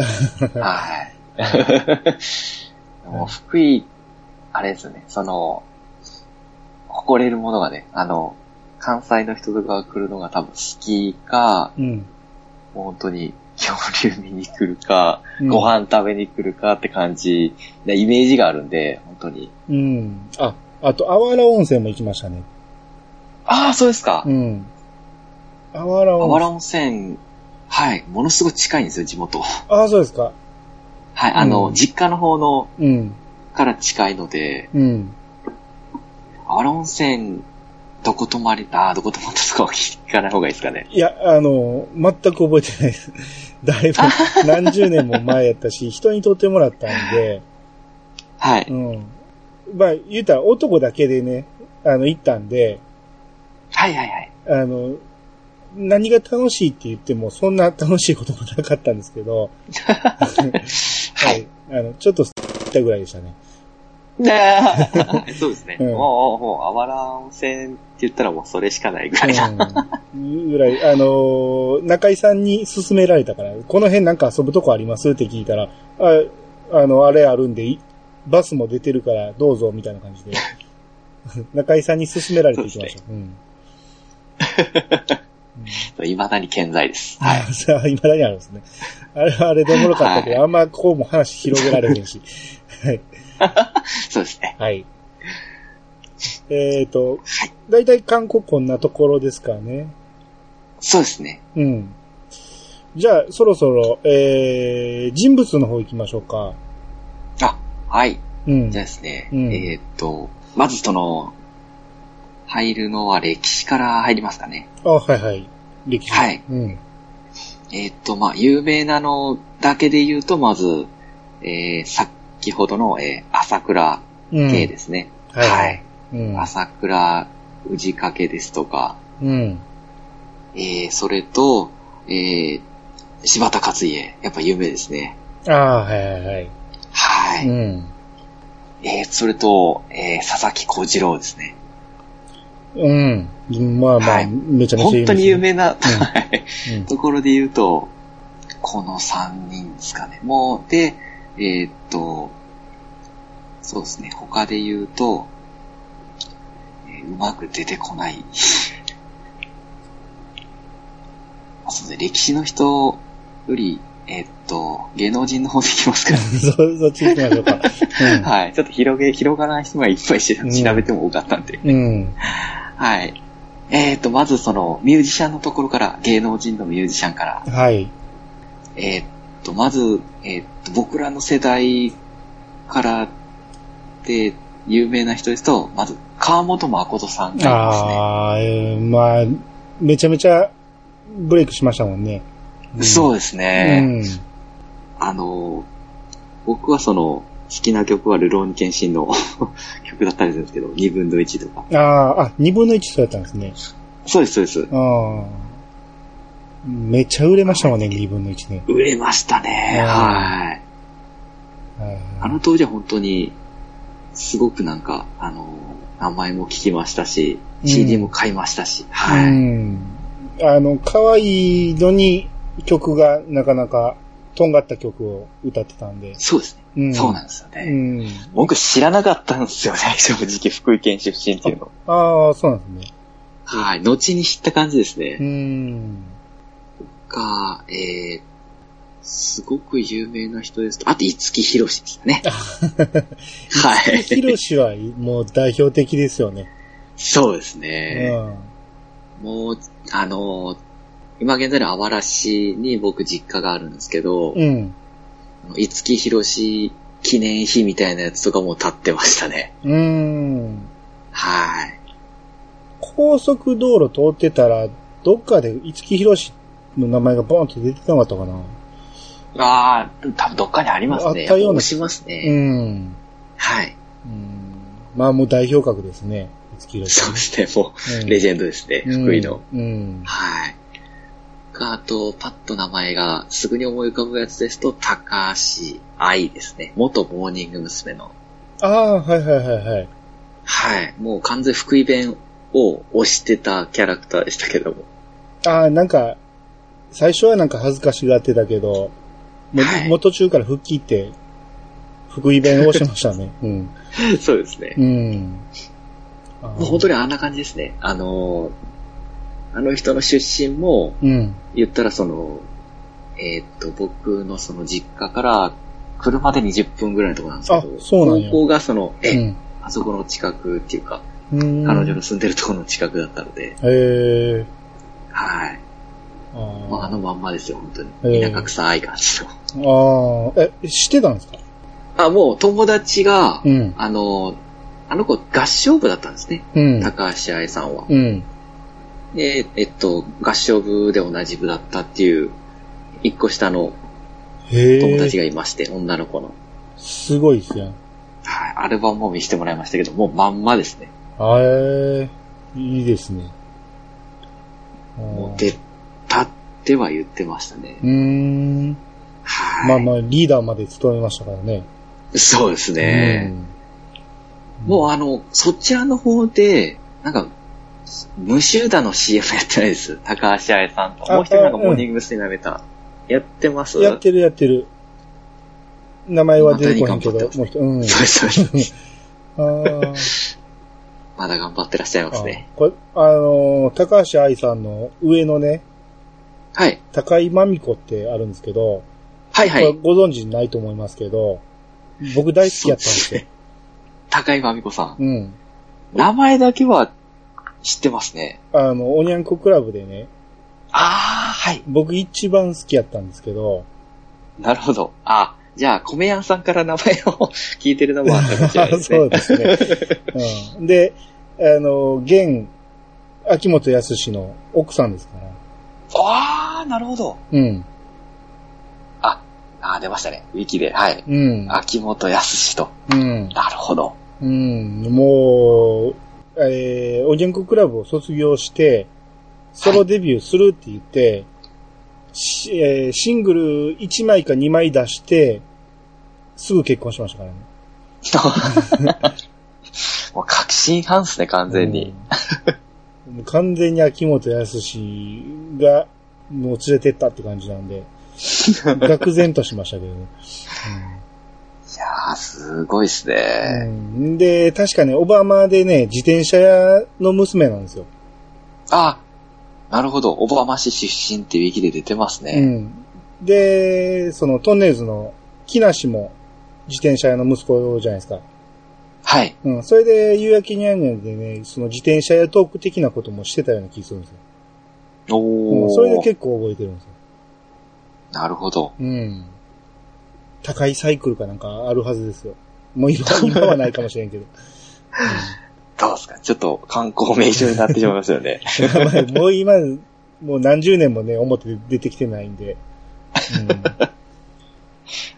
はい。もう福井、あれですね、その、誇れるものがね、あの、関西の人とかが来るのが多分スキーか、
うん。
もう本当に恐竜見に来るか、
うん
ご飯食べに来るかって感じ、なイメージがあるんで、本当に。
うん。あ、あと、あわら温泉も行きましたね。
ああ、そうですか
う。ん。あわら
あ
温
わら
泉。
温泉、はい、ものすごい近いんですよ、地元。
ああ、そうですか。
はい、あの、
うん
実家の方の、
うん。
から近いので、
うん。
あわら温泉、どこ泊まり、ああ、どこ泊まったとかは聞かない方がいいですかね。
いや、あの、全く覚えてない です。だ いぶ、何十年も前やったし、人に撮ってもらったんで、
は
う
い。
ん。まあ、言うたら男だけでね、あの、行ったんで、
はいはいはい。
あの、何が楽しいって言っても、そんな楽しいこともなかったんですけ ど、
はい。。
あの、ちょっと、 行ったぐらいでしたね。
ね そうですね。
うん
もう、もう、あわら温泉って言ったらもうそれしかないぐらいな。
うん。ぐらい、あのー中井さんに勧められたから、この辺なんか遊ぶとこありますって聞いたら、あ、あの、あれあるんで、いバス も出てるからどうぞみたいな感じで、中井さんに勧められていきました。うん。
未だに健在です。は い。
はい。さあ、未だにあるんですね。あれはあれでおもろかったけど、
は
あんまこうも話広げられへ んし。
そうですね。
はい。えっ、と、だいたい韓国こんなところですかね。
そうですね。
うん。じゃあ、そろそろ、えー、人物の方行きましょうか。
あ、はい。
うん
じゃ。あですね、
うん
えーっと、まずその、入るのは歴史から入りますかね。
あ、はいはい。歴史。
はい。
うん。
えーっと、まあ、有名なのだけで言うと、まず、えー、先ほどの、えー、朝倉
うん。
系ですね。
はい。
はい。
うん。
朝倉氏掛ですとか、
うん。
えー、それと、えー、柴田勝家。やっぱ有名ですね。
ああ、はいはいはい。
は
う
い。
ん。
えー、それと、えー、佐々木小次郎ですね。
うん。まあまあ、
はい
めちゃめちゃ
本当に有
名
名な、
ん
はい
ですね。
ところで言うと、この3人ですかね。もう、で、えーっと、そうですね、他で言うと、えーうまく出てこない。 あそうですね、歴史の人より、えーっと、芸能人の方でいきますか
うん。そ、そっち行きましょうか。
ら。はい。ちょっと広げ、広がらない人がいっぱいし
うん
調べても多かったんで。
うん。うん。
はい。えーっと、まずその、ミュージシャンのところから、芸能人のミュージシャンから
はい。
えーっと、まず、えーっと、僕らの世代からで有名な人ですと、まず、川本誠さんがいますね。
ああ、えーまあ、めちゃめちゃブレイクしましたもんね。
そう
う
です
ね。
ね。あの、僕はその、好きな曲はルローニケンシンの 曲だったりするんですけど、2分の1とか。
うん。ああ、あ、二分の一そうやったんですね。
そうです、そうです。
ああ。めっちゃ売れましたもんね、二分の一ね。
売れました
う
ね。
ん
はい。
はい
あの当時は本当に、すごくなんか、あの、名前も聞きましたし、
うん
CD も買いましたし、はい。
うん。あの、可愛いのに曲がなかなか、とんがった曲を歌ってたんで。
そうですね。
うん。
そうなんですよ
う
ね。
ん。
僕知らなかったんですよね、 正直、福井県出身っていうの。
ああ、そうなんですね。
はい、後に知った感じです
う
ね。
ん。
が、えー、すごく有名な人ですと、あと、五木ひろしです ね。はい。
ヒロシはもう代表的ですよね。
そうです
う
ね。
ん。
もう、あのー今現在のあわら市に僕実家があるんですけど、
うん。
あの五木ひろし記念碑みたいなやつとかも立ってましたね。
うん。
はい。
高速道路通ってたら、どっかで五木ひろしの名前がボーンと出てなかったかな。
ああ、多分どっかにありますね。
あったような
やっぱ押しますね。
うん。
はい。
うん。まあもう代表格ですね。五木ひろし。
そうですね、も
うん
う、レジェンドですね、福井の。。
うん。
はい。があと、パッと名前が、すぐに思い浮かぶやつですと、高橋愛ですね。元モーニング娘。の。
ああ、はいはいはいはい。
はい。もう完全福井弁を推してたキャラクターでしたけども。
ああ、なんか、最初はなんか恥ずかしがってたけど、も,、
はい
もう途中から復帰って、福井弁をしました ね。うん。
そうですね。
うん。
もう本当
に。
にあんな感じですね。あのー、あの人の出身も、
うん。
言ったらその、えーっと、僕のその実家から、車で20分ぐらいのところなんですけど、
あそうなんや
高校がその、え、
うん。
あそこの近くっていうか、
うん
彼女の住んでるところの近くだったので、
ええ
はい。
あー
まあ、あのまんまですよ、本当
え
に。
え
田舎臭い感じの。
あー。え、知ってたんですか
あ、もう友達が、
うん。
あの、あの子合唱部だったんですね。
うん。
高橋愛さんは。
うん。
で、えっと、合唱部で同じ部だったっていう、一個下の
へえ。
友達がいまして、女の子の。
すごいですよ。
はい。アルバムも見せてもらいましたけど、もうまんまですね。
あえー、いいですね。あー
もう出たっては言ってましたね。
うーん。
はい。
まあまあ、リーダーまで務めましたからね。
そうですね。
うん
もうあの、そちらの方で、なんか、無集団の CM やってないです。高橋愛さんと。
あ
もう一人なんか
あ
モーニング娘。舐めた。やってます
やってるやってる。名前は出てこへんけど、
ま
も
た
う一人、うん。
そうです、そうです。
あー
まだ頑張ってらっしゃいますね。
あこれ、あのー高橋愛さんの上のね、
はい。
高井真美子ってあるんですけど、
はいは
これ
い。
ご存知ないと思いますけど、僕大好きやったんですよ。
高井まみこさん。
うん。
名前だけは知ってますね。
あの、おにゃんこクラブでね、
ああ、はい。
僕一番好きやったんですけど、
なるほど。あ、じゃあ、米屋さんから名前を聞いてるのもあったかもしれないです
そう
ね。
ですね。うん、で、あの、現、秋元康の奥さんですから。
ああ、なるほど。
うん。
あー出ましたね。ウィキで。はい。
うん。
秋元康と。
うん。
なるほど。
うん。もう、えー、おにゃんこクラブを卒業して、ソロデビューするって言って、しえーシングル1枚か2枚出して、すぐ結婚しましたからね。
もう確信犯っすね、完全に。
うん。もう完全に秋元康が、もう連れてったって感じ なんで、愕然としましたけどね。
いやー、すごいっす
うん
ね。
うんで、確かね、オバマでね、自転車屋の娘なんですよ。
あなるほど。小浜市出身ってウィキで出てます
う
ね。
ん。で、そのトンネルズの木梨も自転車屋の息子じゃないですか。
はい。
うん。それで、夕焼けにゃんにゃんでね、その自転車屋トーク的なこともしてたような気がするんですよ。う
お
ん、
ー。
それで結構覚えてるんですよ。
なるほど。
うん。高いサイクルかなんかあるはずですよ。もう 今は今はないかもしれんけど。
どうですかちょっと観光名所になってしまいます よね。
もう今、もう何十年もね、表で出てきてないんで。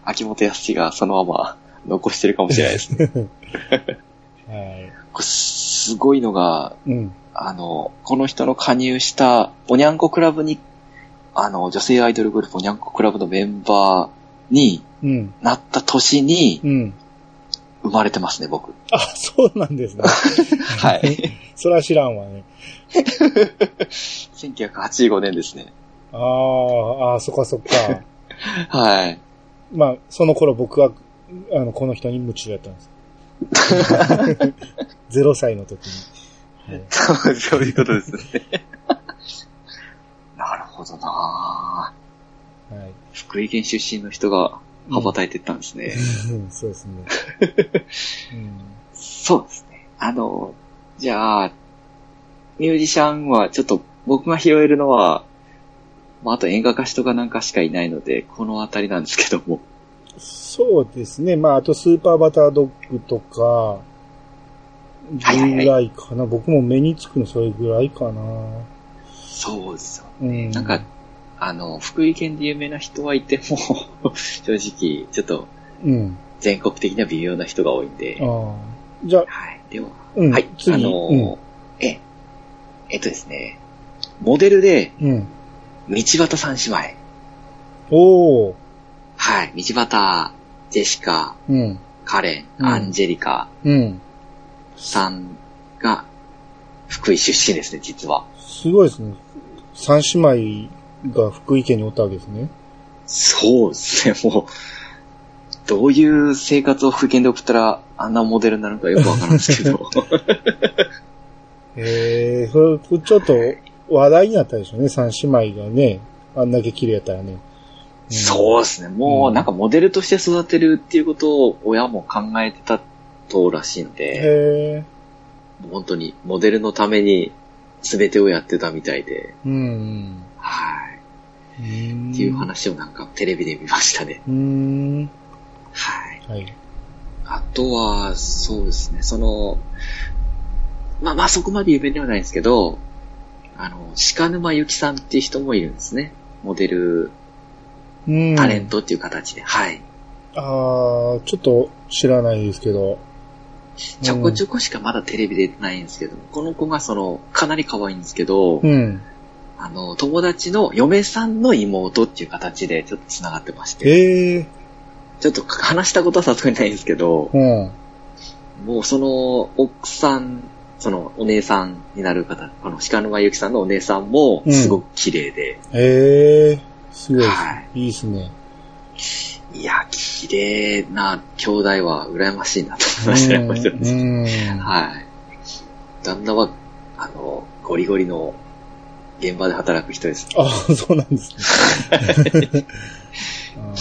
秋元康がそのまま 残してるかもしれないですね。
うん、はい。
これすごいのが、
うん。
あの、この人の加入した、おにゃんこクラブに、あの、女性アイドルグループおにゃんこクラブのメンバーに
うん。
なった年に
うん。
生まれてますね、僕。
あ、そうなんですね。
はい。
そら知らんわね。
1985年ですね。
あーあー、そっかそっか。
はい。
まあ、その頃僕は、あの、この人に夢中だったん です。 ゼロ歳の時に。はい
そういうことですね。なるほどなぁ
はい。
福井県出身の人が羽ばたいてったんですね。
うんそうです ね。うん
そうですね。あの、じゃあ、ミュージシャンはちょっと僕が拾えるのは、まあ、あと演歌歌手とかなんかしかいないので、このあたりなんですけども。
そうですね。まあ、あとスーパーバタードッグとか、
はいはいはい
ぐらいかな。僕も目につくのそれぐらいかな。
そうですよ。
うん。
なんか、あの、福井県で有名な人はいても、 正直、ちょっと
うん。
全国的には微妙な人が多いんで
あ。あ。じゃあ、
はい。では、
うん。
はい。
次。
あのーえ、えっとですね、モデルで、
うん。うん。
道端三姉妹。
おー。
はい。道端、ジェシカ、
うん。
カレ
うん
ン、アンジェリカ
うん。
さんが、福井出身ですね、実は。
すごいですね。三姉妹が福井県におったわけですね。
そうですね、もう、どういう生活を福井県で送ったら、あんなモデルになるのかよくわからんですけ ど。
へえ、それ、ちょっと話題になったでしょうね。三姉妹がね。あんだけ綺麗やったらね。うん
そうですね、もうなんかモデルとして育てるっていうことを親も考えてたとらしいんで、
へえ。
本当にモデルのために全てをやってたみたいで、
うん。
はい。
うん
っていう。話をなんかテレビで見ましたね。
うん。
はい。
はい。
あとは、そうですね、その、まあまあそこまで有名ではないんですけど、あの、鹿沼由紀さんっていう人もいるんですね。モデル、
うん。
タレントっていう形で、はい。
あー、ちょっと知らないですけど。
ちょこちょこしかまだテレビ出てないんですけど、この子がその、かなり可愛いんですけど、
うん。
あの、友達の嫁さんの妹っていう形でちょっと繋がってまして、
ええ
ちょっと話したことはさすがにないんですけど、
うん。
もうその、奥さん、その、お姉さんになる方、この鹿沼由紀さんのお姉さんも、
うん
すごく綺麗で、
ええすごいです
は
ね。いいですね。
いや、綺麗な兄弟は羨ましいなと思いましたね、この人
うん。うん。
はい。旦那は、あの、ゴリゴリの現場で働く人です。
ああ、そうなんです ね。あ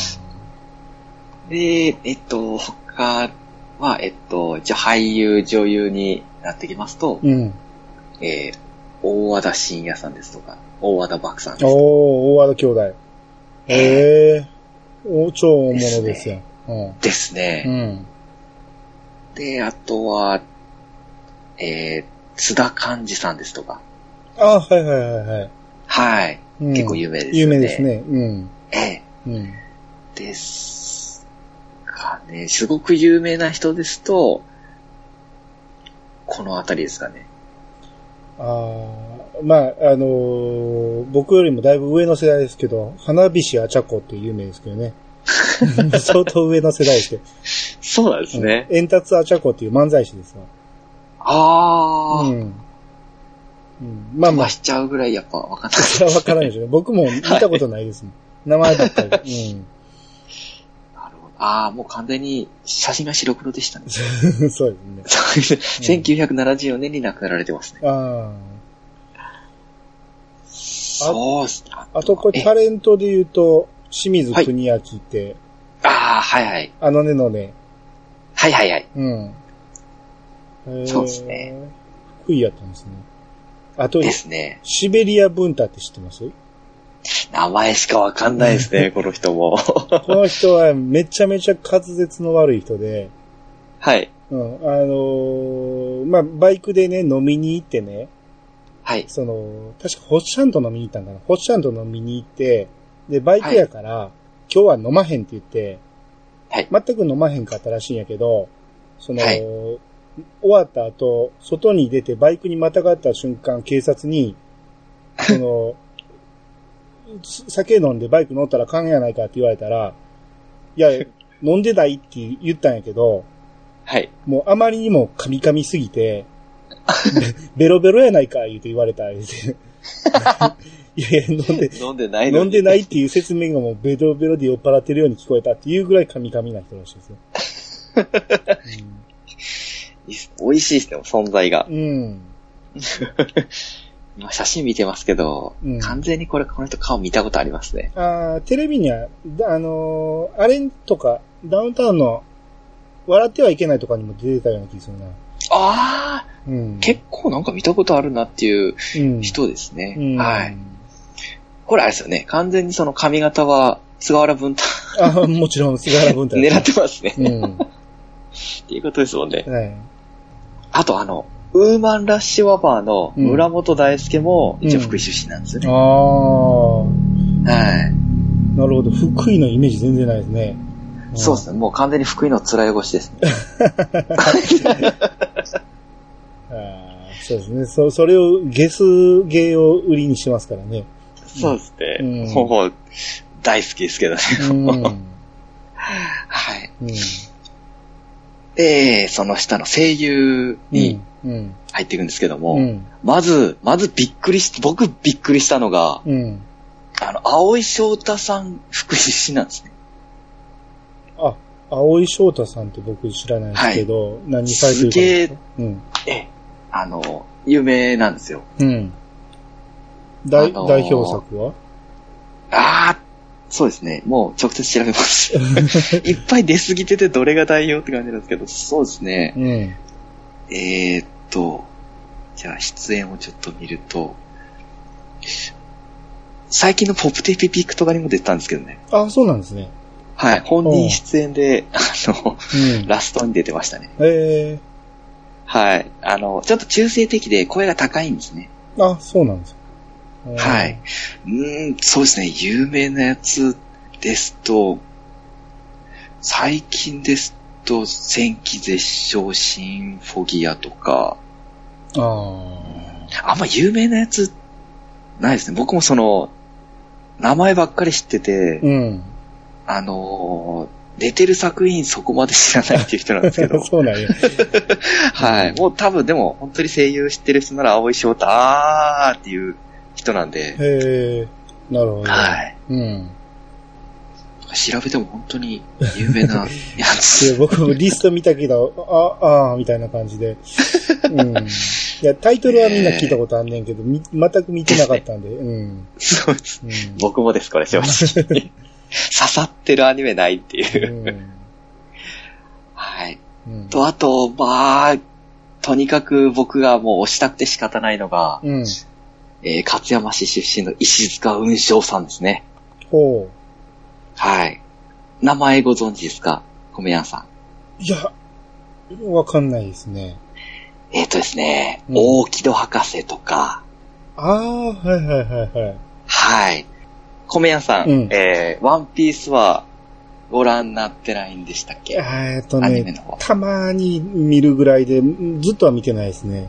で、えっと、他は、えっと、一応俳優、女優になってきますと
ー、うん。
えー大和田信也さんですとか、大和田漠さんですとか、
おー、大和田兄弟。ええお超大物ですよ。うん
ですね。
うん。
で、あとは、えー、津田寛治さんですとか。
あはいはいはいはい。
はい。
うん
結構有名ですよね。
有名です。ね。うん。
え
うん。
えですかね。すごく有名な人ですと、このあたりですかね。
あーまあ、あのー僕よりもだいぶ上の世代ですけど、花菱あちゃこって有名ですけどね。相当上の世代ですけど。
そうなんですね。
うん円達あちゃこっていう漫才師ですわ。
あー、
う
飛
ん。うん、まあま
ば
あ、
しちゃうぐらいやっぱわかんない。
それはわからないですよね。僕も見たことない ですもん。名前ばっかり。うん。
なるほどあー、もう完全に写真が白黒でしたね。
そうですね。
1974年に亡くなられてますね。
あ
そうっすあ
あ。あとこれ
え
タレントで言うと、清水国明って、
あー、はいはい。
あのねのね。
はいはいはい。
うん。えー
そうですね。
福井やったんですね。あと、
ですね。
シベリア文太って知ってます
名前しかわかんないで すね、この人も。
この人はめちゃめちゃ滑舌の悪い人で、
はい。
うん、あのーまあ、バイクでね、飲みに行ってね、
はい。
その、確かホッシャンと飲みに行ったんかな。ホッシャンと飲みに行って、で、バイクやから、今日は飲まへんって言って、
はい
全く飲まへんかったらしいんやけど、その、
はい
終わった後、外に出てバイクにまたがった瞬間、警察に、その、す酒飲んでバイク乗ったら勘やないかって言われたら、いや、飲んでないって言ったんやけど、
はい。
もうあまりにも噛み噛みすぎ て、べベロベロやないか、言うて言われた、言うて。いやいや、飲ん で、
飲んでないの
飲ん
に
でないっていう説明がもうベロベロで酔っ払ってるように聞こえたっていうぐらい噛み噛みな人らしいですよ。
美味しいですね、存在が
う。ん。
今写真見てますけど、
うん
完全にこれ、この人顔見たことありますね。
あーテレビには、だあのーあれとか、ダウンタウンの、笑ってはいけないとかにも出てたような気がするな。
ああ、
うん。
結構なんか見たことあるなっていう
構
人ですね。
うん、
はい。。これあれですよね、完全にその髪型は菅原文太
あーもちろん、菅原文太。
狙ってますね。
うん。
っていうことですもんね。
はい。
あとあの、ウーマンラッシュワバーの村本大輔も一応福井出身なんですよね。
ああ。
はい。
なるほど。福井のイメージ全然ないですね。
そうですね。もう完全に福井の面汚しですね。
うん。あーそうですね。そ、それを、ゲス芸を売りにしてますからね。
そうですね。
うん
ほぼ大好きですけどね。
うん。うん。
はい。で、その下の声優に
うん。
入っていくんですけども、
うん。
まず、まずびっくりし、僕びっくりしたのが、
うん。
あの、青井翔太さん福井出身なんですね。
あ、青井翔太さんって僕知らないですけど、何されてるかげえ。
ええ。あの、有名なんですよ。
うん。うん。代、
あのー
代表作は
ああ、そうですね。もう直接調べ ます。いっぱい出すぎててどれが代表って感じなんですけど、そうですね。
うん。
えー、っと、じゃあ出演をちょっと見ると、最近のポップテピピックとかにも出てたんですけどね。
あ、そうなんですね。
はい、本人出演で、あの、
うん。
ラストに出てましたね。
ええ
はい、あの、ちょっと中性的で声が高いんですね。
あ、そうなんです。
はい。うーん、そうですね、有名なやつですと、最近ですと、戦記絶唱シンフォギアとか、
ああ。
あんま有名なやつ、ないですね。僕もその、名前ばっかり知ってて、
うん。
あのー、出てる作品そこまで知らないっていう人なんですけど、
そうなんや。
はい。もう多分でも、本当に声優知ってる人なら、青井翔太、あーっていう人なんで、
へえ、なるほど。
はい。
うん。
調べても本当に有名なや
で
つ。
僕もリスト見たけど、あ、ああ、みたいな感じで。うん。いや、タイトルはみんな聞いたことあんねんけど、み全く見てなかったんで、うん。
そうです。
うん
僕もです、これ、正直。 刺さってるアニメないっていうう。
ん
はい。
うん。
と、あと、まあ、とにかく僕がもう押したくて仕方ないのが、
うん。
えー、勝山市出身の石塚雲章さんですね。
ほ
はい。名前ご存知ですか米屋さ
う。
ん。
いや、わかんないですね。
えっ、とですね、
うん
大木戸博士とか、
ああ、はいはいはいはい。
はい。米屋さん、
うん
えー、ワンピースはご覧になってないんでしたっけ
えーっと
アニメ
ね、
の方。
たまに見るぐらいで、ずっとは見てないですね。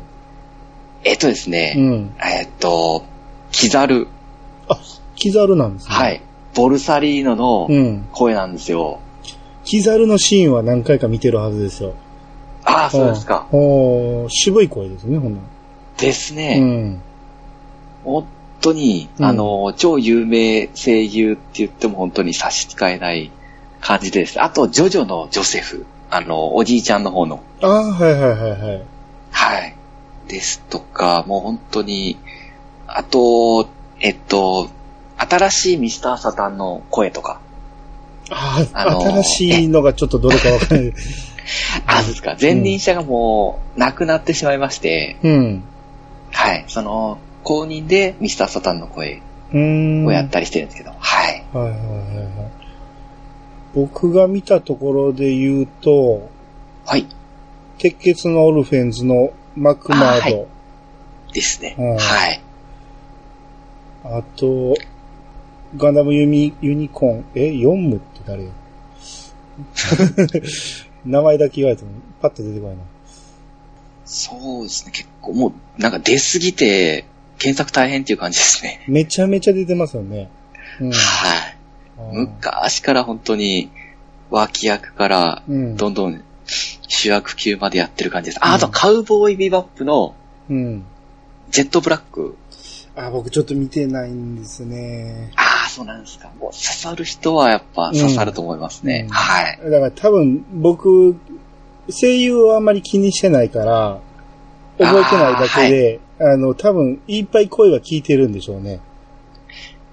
えっ、とですね、
うん。
えっ、と、キザル、
キザルなんですね。
は。い。ボルサリーノの
うん。
声なんですよ。
キザルのシーンは何回か見てるはずですよ。
ああ、そうですか。
ん。おー渋い声ですね、ほんな
です
ら。
ね。
うん。
本当に、
うん
あの、超有名声優って言っても本当に差し支えない感じです。あと、ジョジョのジョセフ、あの、おじいちゃんの方の、
ああ、はいはいはいはい。
はい。ですとか、もう本当に、あと、えっと、新しいミスターサタンの声とか、
ああ、
あのー
新しいのがちょっとどれかわかんない。
あ、そうですか、前任者がもう亡くなってしまいまして、
うん。
はい、その、公認でミスターサタンの声
う ーん。
をやったりしてるんですけど、はい。
はいはいはいはい。僕が見たところで言うと、
はい。
鉄血のオルフェンズのマクマード。
ですね。
うん
はい。
あ,、と、ガンダムユニユニコーン、え、ヨンムって誰よ 名前だけ言われても、パッと出てこないな。
そうですね、結構もう、なんか出すぎて、検索大変っていう感じですね。
めちゃめちゃ出てますよね。 うん。
はい。昔から本当に、脇役から、
うん。
どんどん主役級までやってる感じです。あ、あと
うん
カウボーイビバップの
うん。
ジェットブラック。
あ、僕ちょっと見てないんですね。
ああ、そうなんですか。もう刺さる人はやっぱ刺さると思いますね。
うん
はい。
だから多分僕、声優をあんまり気にしてないから、覚えてないだけで、あ,、の、多分、いっぱい声は聞いてるんでしょうね。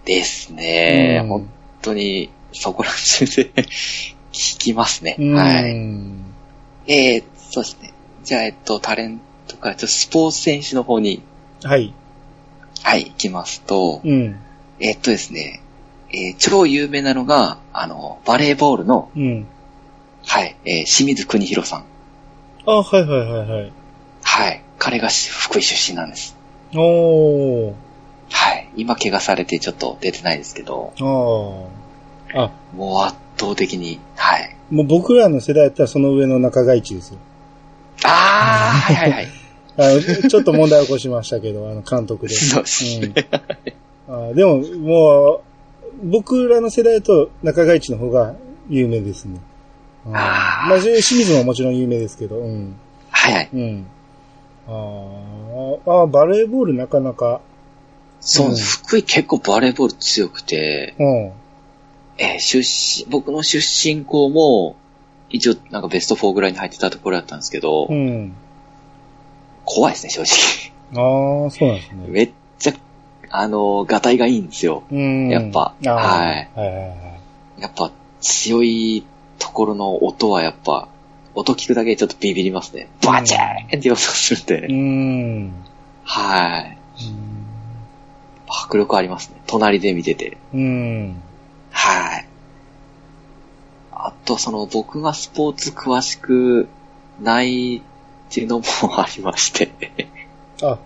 ですね。
うん
本当に、そこら中で 聞きますね。
うん
はい。えー、そうですね。じゃあ、えっと、タレントから、ちょっとスポーツ選手の方に、
はい。
はい、行きますと、
うん。
えっとですね、えー超有名なのが、あの、バレーボールの、
うん。
はい、えー清水邦弘さん。
あ、はいはいはいはい。
はい。彼がし福井出身なんです。
おー。
はい。今怪我されてちょっと出てないですけど、
あーあ。
もう圧倒的に、はい。
もう僕らの世代やったらその上の中外地ですよ。
あー、はいはいはい。
あの、ちょっと問題起こしましたけど、あの、監督で。
そうですね。
うん、あでも、もう、僕らの世代だと中外地の方が有名ですね。うん、
あー
まあ、それ清水ももちろん有名ですけど、うん。
はいはい。
うん。あーあー、バレーボールなかなか、
そう、
うん
福井結構バレーボール強くて、
うん。
えー出身、僕の出身校も、一応なんかベスト4ぐらいに入ってたところだったんですけど、
うん。
怖いですね、正直。
ああ、そうなんですね。
めっちゃ、あの、がたいがいいんですよ。
うん。
やっぱ
あー
はい。
はいはいはい。
やっぱ強いところの音はやっぱ、音聞くだけでちょっとビビりますね。バチーンって音がするん
う
で。
ん。
はい。迫力ありますね。隣で見てて。
うん。
はい。あと、その僕がスポーツ詳しくないっていうのもありまして。
あ、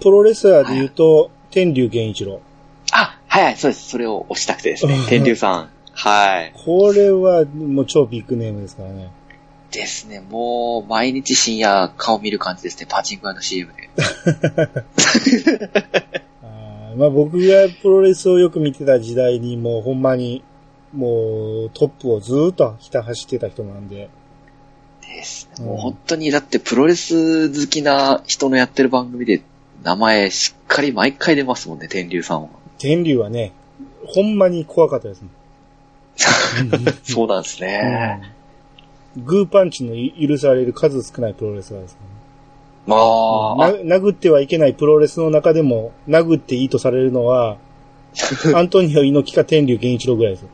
プロレスラーで言うと、天竜源一郎。
あ、はいはい、そうです。それを押したくてですね
うん。
天竜さん。はい。
これは、もう超ビッグネームですからね。
ですね。もう、毎日深夜顔見る感じですね。パチンコ屋の CM で。
あーまあ僕がプロレスをよく見てた時代にもうほんまにもうトップをずーっとひた走ってた人なんで。
です
う
ね。
ん
もう本当に、だってプロレス好きな人のやってる番組で、名前しっかり毎回出ますもんね、天竜さんは。
天竜はね、ほんまに怖かったですね。
そうなんですね。
うんグーパンチの許される数少ないプロレスラーですね。
あ
な
ーあ、
殴ってはいけないプロレスの中でも、殴っていいとされるの は、アントニオ猪木か天竜健一郎ぐらいですよ。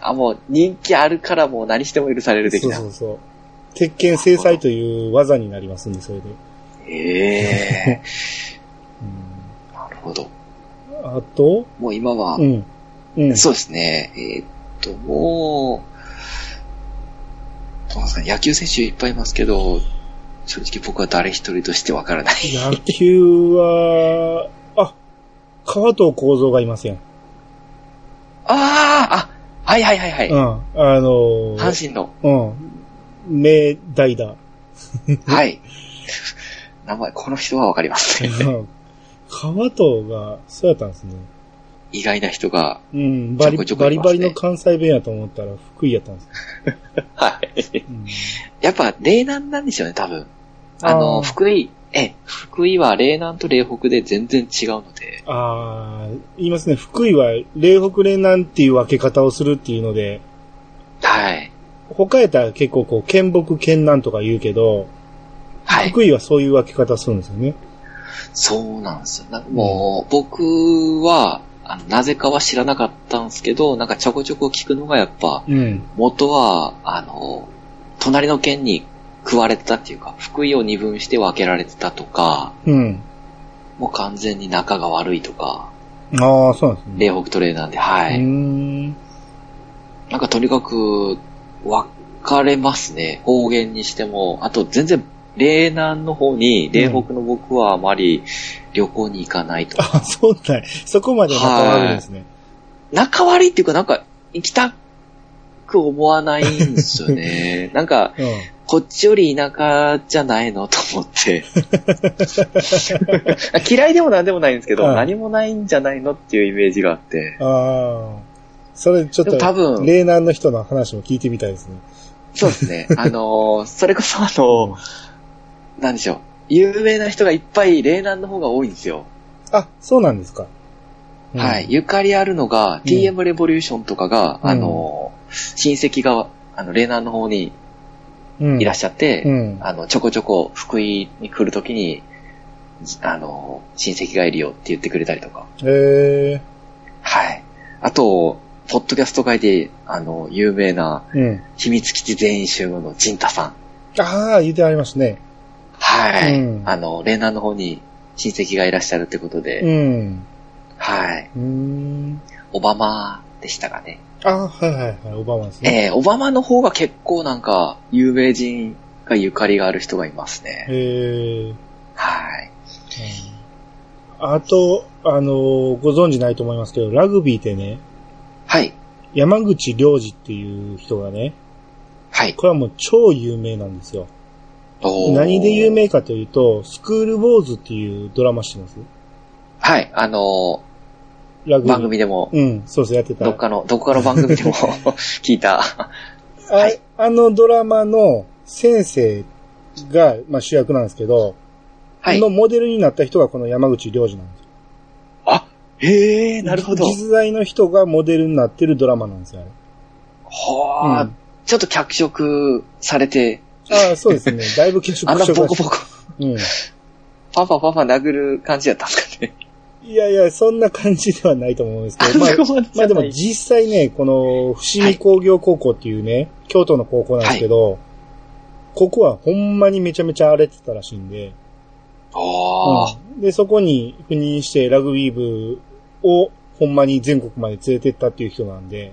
あ、もう人気あるからもう何しても許される的
そう
な
そ。うそう。鉄拳制裁という技になりますんで、それで。
ええ
う
なるほど。
ん、あと、
もう今は、
うん。うん。
そうですね。えーっと、もう、どうなんですかね野球選手いっぱいいますけど、正直僕は誰一人としてわからない。
野球は、あ、川藤幸三がいません。
あああ、はいはいはいはい。
うん。あの
阪神の、
うん。名代打。
はい。名前、この人はわかります。
うん川藤が、そうやったんですね。
意外な人が、
うん。バリ、
ちょこちょこ
バ
い
リ
ます
バ
ね
リの関西弁やと思ったら、福井やったんです。
はい。
うん
やっぱ、霊南なんですよね、多分。あ
あー
の、福井、え、福井は霊南と霊北で全然違うので、
ああ、言いますね。福井は、霊北霊南っていう分け方をするっていうので、
はい。
他やったら結構こう、県北県南とか言うけど、
はい。
福井はそういう分け方するんですよね。
そうなんですよ。なんかもう、僕は、あの、なぜかは知らなかったんですけど、なんかちょこちょこ聞くのがやっぱ、
うん。
元は、あの、隣の県に食われてたっていうか、福井を二分して分けられてたとか、
うん。
もう完全に仲が悪いとか、
ああ、そうなんですね。
霊北トレーなんで、はい。
うーん。
なんかとにかく、分かれますね。方言にしても。あと全然、霊南の方に、霊北の僕はあまり旅行に行かないとか
あ、そうなんやそこまで仲悪いんですね。
仲悪いっていうか、なんか、行きたく思わないんですよ ね。なんか、
うん。
こっちより田舎じゃないのと 思って。嫌いでもなんでもないんですけど、
はい
何もないんじゃないのっていうイメージがあって。
ああ。それちょっ
でも多
と、
分、
霊南の人の話も聞いてみたいですね。
そうで すね。あのーそれこそあのーなんでしょう。有名な人がいっぱい、霊南の方が多いんですよ。
あ、そうなんですか。うん
はい。。ゆかりあるのが、
うん
TM レボリューションとかが、
うん
あのー親戚が、あの、霊南の方に
うん。
いらっしゃって、
うん。
あの、ちょこちょこ福井に来るときに、じあの、親戚がいるよって言ってくれたりとか。
え
はい。あと、ポッドキャスト界で、あの、有名な、
え。うん。
秘密基地全員集合の陣太さん。
ああ、言うてありますね。
はい。
うん
あの、霊南の方に親戚がいらっしゃるってことで、
うん。。
はいう
ーん。
オバマでしたかね。
あはいはいはい、オバマですね。
えー、オバマの方が結構なんか、有名人がゆかりがある人がいますね。
えー
はい。
あと、あのーご存知ないと思いますけど、ラグビーってね、
はい。
山口良二っていう人がね、
はい。
これはもう超有名なんですよ。
おー
何で有名かというと、スクールウォーズっていうドラマしてます
はい。あの
ラグ
ー
ビー。
番組でも
うん、そうそう、やってた。
どっかの、どこかの番 組でも聞いた。
あ
はい
あのドラマの先生が、まあ、主役なんですけど、
はい
の。モデルになった人がこの山口良二なんですよ。
あ、へえ、なるほど。
実在の人がモデルになってるドラマなんですよ、あれ。
はあ、
うん
ちょっと脚色されて、
ああ、そうですね。だいぶ結
あ
束
んな
して
ボコボコ、
うん。
パパパパ殴る感じだったんです かね。
いやいや、そんな感じではないと思うんですけ
あ
ど、
ん
まあ
な、 ことじ
まあ
ゃ
で
な
も
い。
実際ね、この、伏見工業高校っていうね、京都の高校なんですけど、ここはほんまにめちゃめちゃ荒れてたらしいんで、
ああ、
うんで、そこに赴任してラグビー部をほんまに全国まで連れてったっていう人なんで、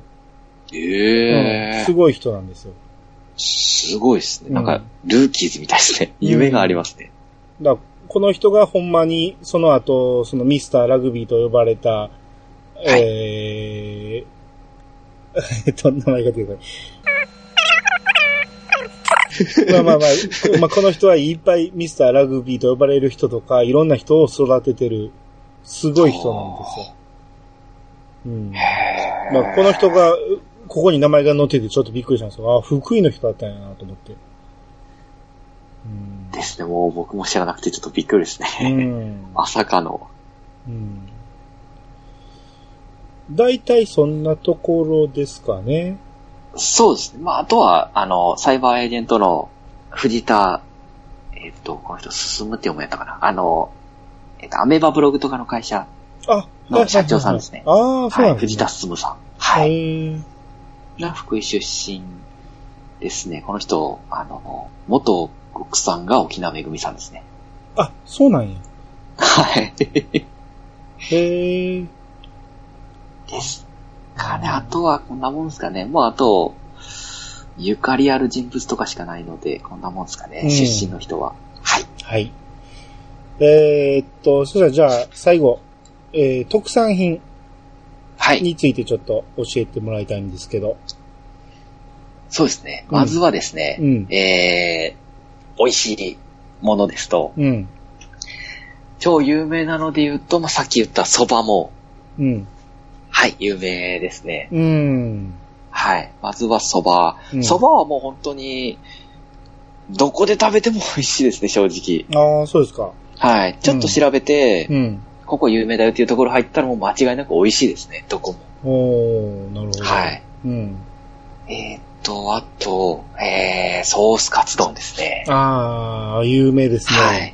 ええ
うんすごい人なんですよ。
すごいですね。なん
う
か
ん、
ルーキーズみたいですね。夢がありますね。
だからこの人がほんまに、その後、そのミスターラグビーと呼ばれた、
い
えー、え っと、名前が出てこない。まあまあまあ、まあ、この人はいっぱいミスターラグビーと呼ばれる人とか、いろんな人を育ててる、すごい人なんですよ。うん。
へ
まあ、この人が、ここに名前が載っててちょっとびっくりしたんですよ。あ、福井の人だったんやなと思って。うん
え。ですね。もう僕も知らなくてちょっとびっくりです
う
ね。
ん。
まさかの。
うん。大体そんなところですかね。
そうですね。まあ、あとは、あの、サイバーエージェントの藤田えっと、この人、進むって読むやったかな。あの、えっと、アメーバブログとかの会社、
あ、
の社長さんですね
ああ、そう
は
なんです
い、藤
ね
田進さん。はい。
へー
が福井出身ですね。この人、あの、元奥さんが沖縄めぐみさんですね。
あ、そうなんや。
はい。
へえ。
ですかね。あとはこんなもんですかね。もうあと、ゆかりある人物とかしかないので、こんなもんですかね。
うん
出身の人は。はい。
はい。えーっと、そしたらじゃあ、最後、えー、特産品
はい。
についてちょっと教えてもらいたいんですけど。
そうですね。
うん
まずはですね、
うん。
えー、美味しいものですと、
うん。
超有名なので言うと、まあ、さっき言った蕎麦も、
うん。
はい、有名ですね。
うん。
はい。まずは蕎麦。
うん
蕎麦はもう本当に、どこで食べても美味しいですね、正直。
ああ、そうですか。
はい。ちょっと調べて、
うん。
ここ有名だよっていうところ入ったらもう間違いなく美味しいですね、どこも。
おー、なるほど。
はい。。
うん。
えーっと、あと、えー、ソースカツ丼ですね。
ああ、有名ですね。
はい。
ん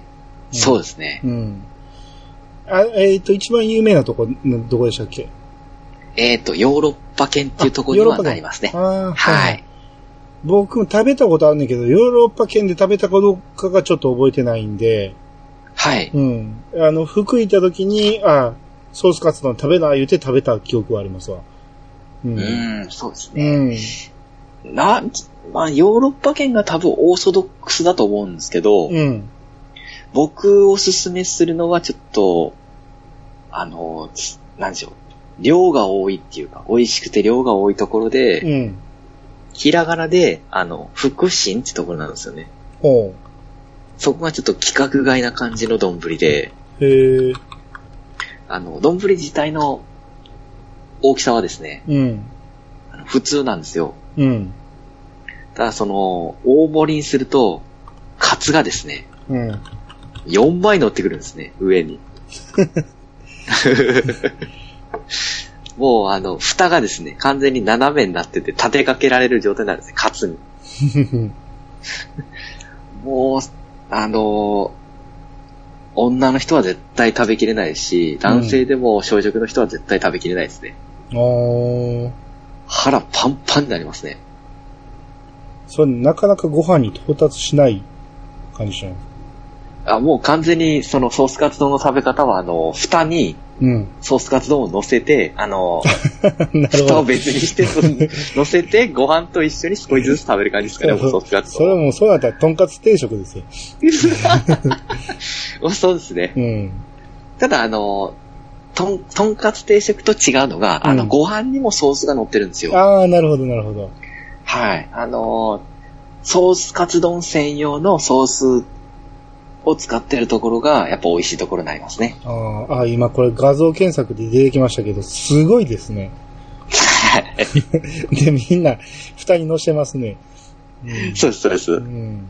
そうですね。
うん。あ、えーっと、一番有名なとこ、んどこでしたっけ
えーっと、ヨーロッパ圏っていうところにはなりますね。
ああ、
はい。。
僕も食べたことあるんだけど、ヨーロッパ圏で食べたかどうかがちょっと覚えてないんで、
はい。
うん。あの、福井行った時に、あソースカツ丼食べな言うて食べた記憶はありますわ。う。
うんん、そうです
う
ね。
ん。
なん、まあ、ヨーロッパ圏が多分オーソドックスだと思うんですけど、
うん。
僕おすすめするのはちょっと、あの、つなんでしょう。量が多いっていうか、美味しくて量が多いところで、
うん。
ひらがなで、あの、福神ってところなんですよね。
ほ
そこがちょっと規格外な感じの丼で、
う。へえ。
あの、丼自体の大きさはですね、
うん。
あの普通なんですよ。
うん。
ただその、大盛りにすると、カツがですね、
うん。
4倍乗ってくるんですね、上 に。もうあの、蓋がですね、完全に斜めになってて立てかけられる状態なんですね、カツに。 もう、あの女の人は絶対食べきれないし、男性でも小食の人は絶対食べきれないですね。
おー。
腹パンパンになりますね。
それ、なかなかご飯に到達しない感じじゃない
あ、もう完全にそのソースカツ丼の食べ方はあの、蓋に
うん。
ソースカツ丼を乗せて、あの
なるほ
蓋を
ど。
別にして、その乗せて、ご飯と一緒に少しずつ食べる感じですかね、もうソースカツ
それは
丼。
もうそうなったら、とんかつ定食ですよ。
もう そうですね。
うん。
ただ、あの、とん、とんかつ定食と違うのが、あ
う
の、
ん
ご飯にもソースが乗ってるんですよ。
ああ、なるほど、なるほど。
はい。あの、ソースカツ丼専用のソースを使ってるところが、やっぱ美味しいところになりますね。
あーあー、今これ画像検索で出てきましたけど、すごいですね。 で、みんな、蓋に乗せてますね。うん
そうです、そうで
う
す。
ん。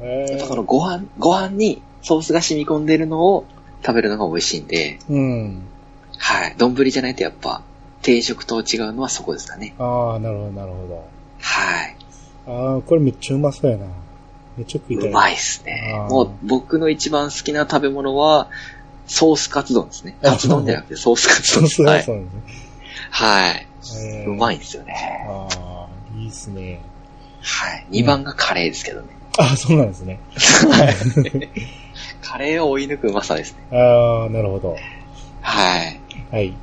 え
やっぱそ
ー、
のご飯、ご飯にソースが染み込んでるのを食べるのが美味しいんで、
うん。
はい。丼じゃないとやっぱ、定食と違うのはそこですかね。
ああ、なるほど、なるほ
はい。
ど。ああ、これめっちゃうまそうやな。めっちゃ食いた
う
い。
ま
い。
いっすね
あ。ー
もう僕の一番好きな食べ物は、ソースカツ丼ですね。カツ丼じゃなくてソースカツ
そ
丼
う
で
そ
す。
うな
は
ん
い。
で
はい。
すね。
うま
い。
いんですよね。
ああ、いいっすね。
はい。2番がカレーですけどね。
ああ、そうなんです ね。
カレーを追い抜くうまさですね。
ああ、なるほど。
はい。
はい。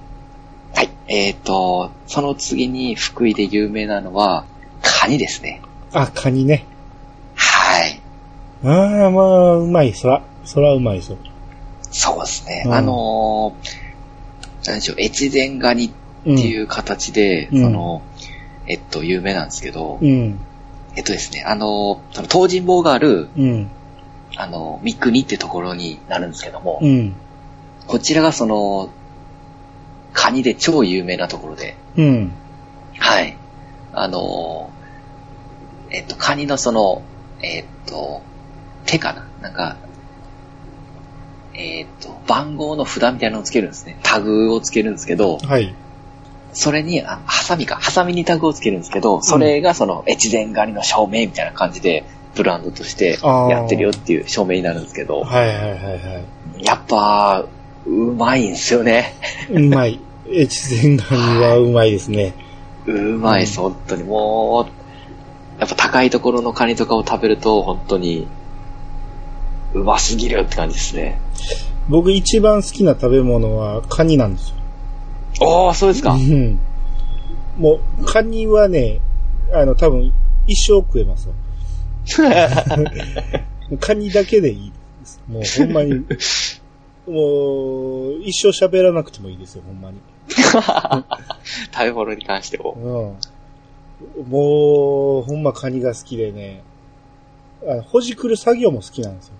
はい。えっ、と、その次に福井で有名なのは、カニですね。
あ、カニね。
はい。
ああ、まあ、うまい、そら。そらうまいぞ。
そうですね。
うん
あのー、なんでしょう、越前ガニ
うん。
っていう形で、
うん
その、えっと、有名なんですけど、
うん。
えっとですね、あの、その、東尋坊がある、
うん。
あの、三国ってところになるんですけども、
うん。
こちらがその、カニで超有名なところで、
うん。
はい。あの、えっと、カニのその、えっと、手かななんか、えっと、番号の札みたいなのをつけるんですね。タグをつけるんですけど、
はい。
それに、あハサミか、ハサミにタグをつけるんですけど、それがその、越前狩りの証明みたいな感じで、ブランドとしてやってるよっていう証明になるんですけど、
はいはいはいはい。
やっぱ、うまいんですよね。
うまい。越前ガニはうまいですね。
うまいです、
う
本当に。もう、やっぱ高いところのカニとかを食べると、本当に、うますぎるって感じですね。
僕一番好きな食べ物はカニなんですよ。
おー、そうですか。
うん。もう、カニはね、あの、多分、一生食えますわ。カニだけでいいです。もう、ほんまに。もう、一生喋らなくてもいいですよ、ほんまに。
食べ物に関しても。
うん。もう、ほんまカニが好きでね。あのほじくる作業も好きなんですよ。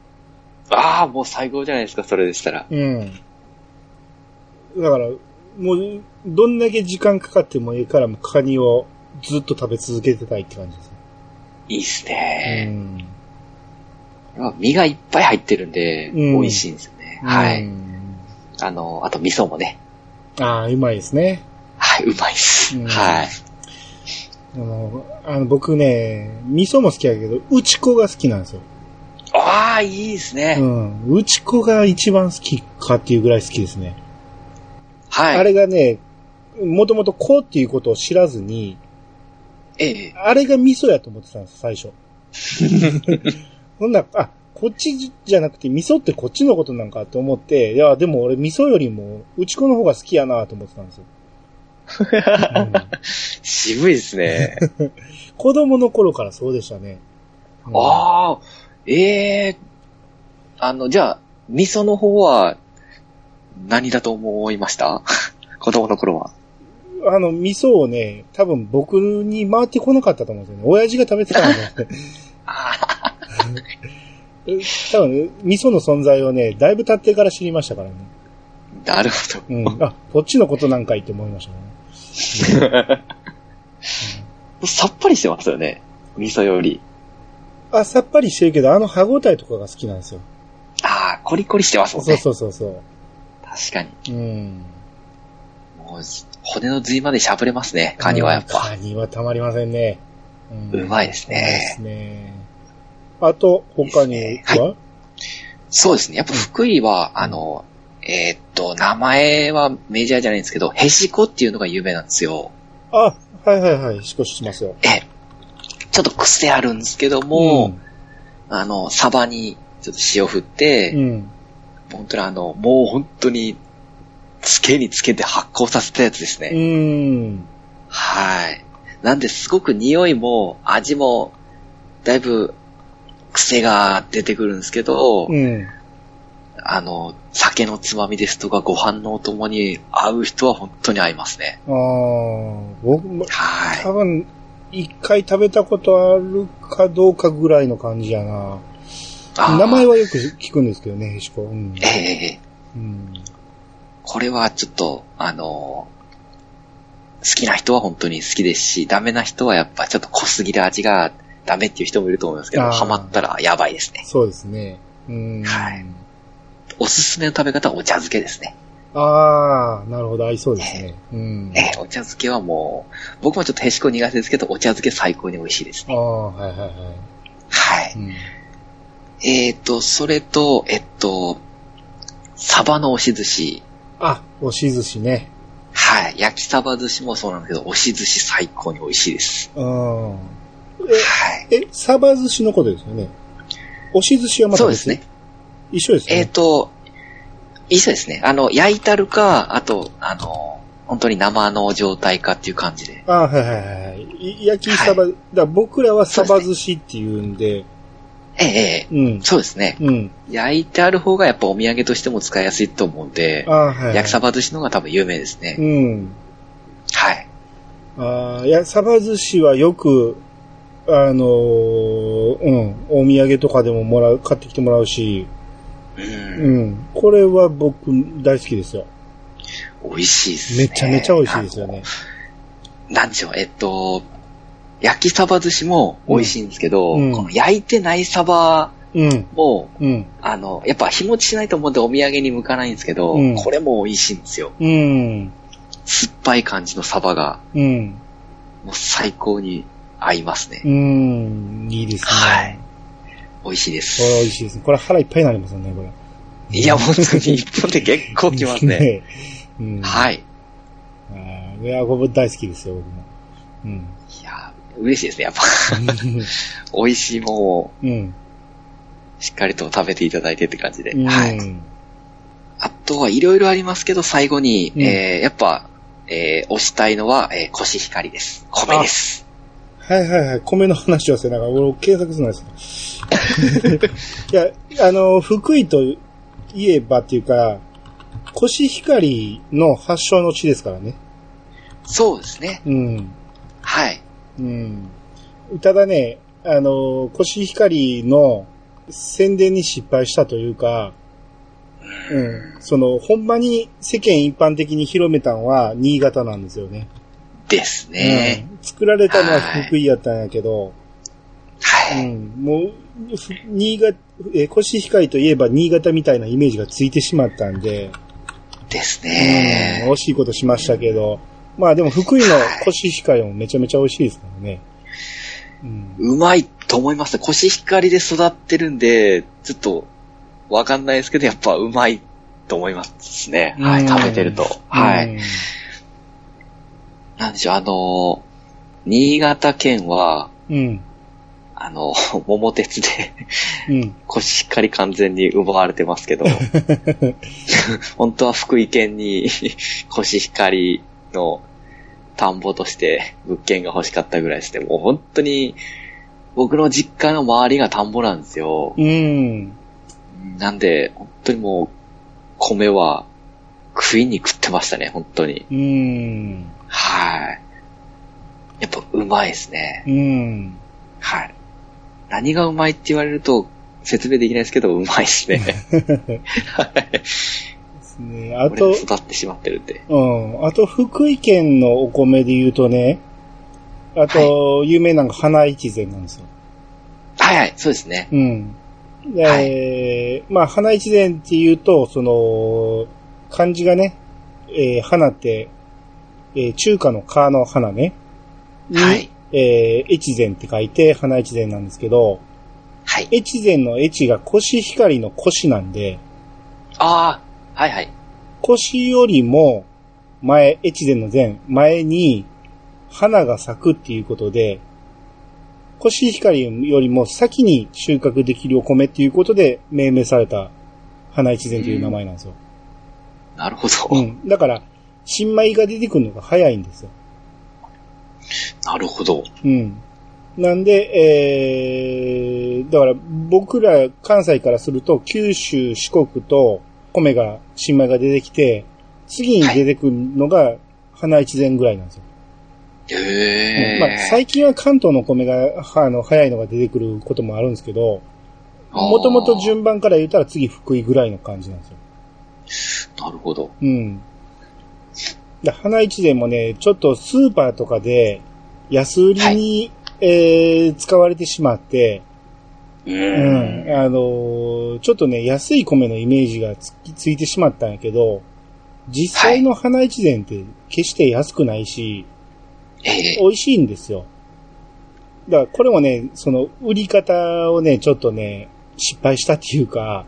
ああ、もう最高じゃないですか、それでしたら。
うん。だから、もう、どんだけ時間かかってもいいから、もうカニをずっと食べ続けてたいって感じです
いいっす
ね。
ね。
ん。
まあ身がいっぱい入ってるんで、
ん
美味しいんですよね。は
う
い。
ん
あの、あと味噌もね。
ああ、うまいですね。
はい、うまいっす。
うん
はい。
あの、あの僕ね、味噌も好きやけど、うちこが好きなんですよ。
ああ、いいですね。
うん。うちこが一番好きかっていうぐらい好きですね。
はい。
あれがね、もともとこうっていうことを知らずに、
ええ。
あれが味噌やと思ってたんです、最 初。ほんならあ、こっちじゃなくて味噌ってこっちのことなんかと思って、いや、でも俺味噌よりも、うちこの方が好きやなと思ってたん ですよ。うん
渋いですね。
子供の頃からそうでしたね。うん
ああ、ええあの、じゃあ、味噌の方は、何だと思いました 子供の頃は。
あの、味噌をね、多分僕に回ってこなかったと思うんですよね。親父が食べてたん で。
あ
多分、ね、味噌の存在をね、だいぶ経ってから知りましたからね。
あ、なるほど。
うん。あ、こっちのことなんかいって思いましたね。
さっぱりしてますよね。味噌より。
あ、さっぱりしてるけど、あの歯応えとかが好きなんですよ。
ああ、コリコリしてますもん
そう
ね。
そうそうそ
確かに。
う。うん。
もう、骨の髄までしゃぶれますね。カニはやっ
カ
ぱ。
ニはたまりませんね。うん
うまいです
うまいで
ね。
すね。あと、他に
いいで
は、
そうですね。やっぱ福井は、あの、えーっと、名前はメジャーじゃないんですけど、へしこっていうのが有名なんですよ。
あ、はいはいはい、少ししますよ。
え、ちょっと癖あるんですけども、あの、サバにちょっと塩振って、
うん、うん。
本当にあの、もう本当に、つけにつけて発酵させたやつですね。
うん。
はい。なんで、すごく匂いも味も、だいぶ、癖が出てくるんですけど、
うん。
あの、酒のつまみですとか、ご飯のお供に合う人は本当に合いますね。
ああ、僕も、
は
多分、一回食べたことあるかどうかぐらいの感じやな。
い。
名前
は
はよく聞くんですけどね、へしこ。うん
え。え
うん。
これはちょっと、あの好きな人は本当に好きですし、ダメな人はやっぱちょっと濃すぎる味がダメっていう人もいると思いますけど、
あー
ハマったらやばいですね。
そうですね。うん。
はいおすすめの食べ方はお茶漬けですね。
ああ、なるほど、合いそうですね。うん。
ええお茶漬けはもう、僕もちょっとへしこ苦手ですけど、お茶漬け最高に美味しいです
あ
ね。
あ、はいはいは
はい
い。。うん
えーと、それと、えっと、サバの押し寿司。
あ、押し寿司ね。
はい。焼きサバ寿司もそうなんですけど、押し寿司最高に美味しいです。
うん。
はい。
え、サバ寿司のことですよね。押し寿司はまた
そうですね。。
一緒ですね。
えっ、と、一緒ですね。あの、焼いたるか、あと、あの、本当に生の状態かっていう感じで。
あはいはいはいはいい。焼きサバ、だから僕らはサバ寿司っていうんで、
えええ
う
えそうですね。
ん。うん。
焼いてある方がやっぱお土産としても使いやすいと思うんで、
あはいはい。
焼きサバ寿司の方が多分有名ですね。
うん。
はい。
あいや、サバ寿司はよく、あのーうん、お土産とかでももらう、買ってきてもらうし、
うん。
うん。これは僕大好きですよ。
美味しいですね。
めちゃめちゃ美味しいですよね。
あ。なんでしょう、えっと、焼きサバ寿司も美味しいんですけど、
うん
この焼いてないサバ
うん、
も、
うん、
あの、やっぱ日持ちしないと思うんでお土産に向かないんですけど、
うん
これも美味しいんですよ。
うん、
酸っぱい感じのサバが。
うん、
もう最高に合いますね。
うん、いいですね。
はい美味しいで
これ美
す。
味しいですね。これ腹いっぱいになりますよね、これ。
いや、本当に一本で結構きますね。
ねうん。
はい。
い。いや、これ大好きですよ、僕も。 うん。
いや、嬉しいですね。やっぱ、美味しいもんを
うん。
しっかりと食べていただいてって感じで。
うん
はい。あとはいろいろありますけど、最後に、
うん
えー、やっぱ、えー、推したいのは、えー、コシヒカリです。米です。
はいはいはい。米の話はせながら、俺検索するのですねいや、あの、福井といえばっていうか、コシヒカリの発祥の地ですからね。
そうですね。
うん。
はい。
うん。ただね、あの、コシヒカリの宣伝に失敗したというか、うん。その、ほんまに世間一般的に広めたのは新潟なんですよね。
ですね。
うん。作られたのは福井やったんやけど、
は
う
い。
んもう、ふ新潟、えー、コシヒカリといえば新潟みたいなイメージがついてしまったんで、
です
うん
ね。
惜しいことしましたけど、まあでも福井のコシヒカリもめちゃめちゃ美味しいですからね。うん。
うまいと思います。コシヒカリで育ってるんで、ちょっと、わかんないですけど、やっぱうまいと思いますね。は
う
い。
ん
食べてると。はい。
うん。
なんでしょう、あのー、新潟県は、
うん。
あの、 桃鉄で、
うん。
コシヒカリ完全に奪われてま すけど、本当は福井県に コシヒカリの田んぼとして物件が欲しかったぐらいして、もう本当に、僕の実家の周りが田んぼなんですよ。
うん。
なんで、本当にもう、米は食いに食ってましたね、本当に。
うん。
はい。やっぱうまいですね。
うん。
はい。何がうまいって言われると、説明できないですけど、うまいですね。はい。
ですね。あ
俺も
と、
育ってしまってるんで。
うん。あと、福井県のお米で言うとね、あと、有名なのが花一膳なんですよ。
はいはい、そうですね。
うん。で、
は
まあ、花一膳って言うと、その、漢字がね、えー花って、えー中華の花の花ね。に
はい。
えー越前って書いて、花越前なんですけど、
はい。
越前の越がコシヒカリのコシなんで、
ああ、はいはい。
コシよりも前、越前の前、前に花が咲くっていうことで、コシヒカリよりも先に収穫できるお米っていうことで命名された花越前という名前なんですよ。
なるほど。
うん。だから、新米が出てくるのが早いんですよ。
なるほど。
うん。なんで、えー、だから僕ら関西からすると九州、四国と米が、新米が出てきて、次に出てくるのが花一膳ぐらいなんですよ。
へ
うん
え。
まあ、最近は関東の米が、あの、早いのが出てくることもあるんですけど、もともと順番から言ったら次福井ぐらいの感じなんですよ。
あーなるほど。
うん。で花一膳もね、ちょっとスーパーとかで安売りに、えー使われてしまって、
う
うん。
ん。
あのーちょっとね、安い米のイメージがつきついてしまったんやけど、実際の花一膳って決して安くないし、
ええ。
美味しいんですよ。だからこれもね、その売り方をね、ちょっとね、失敗したっていうか、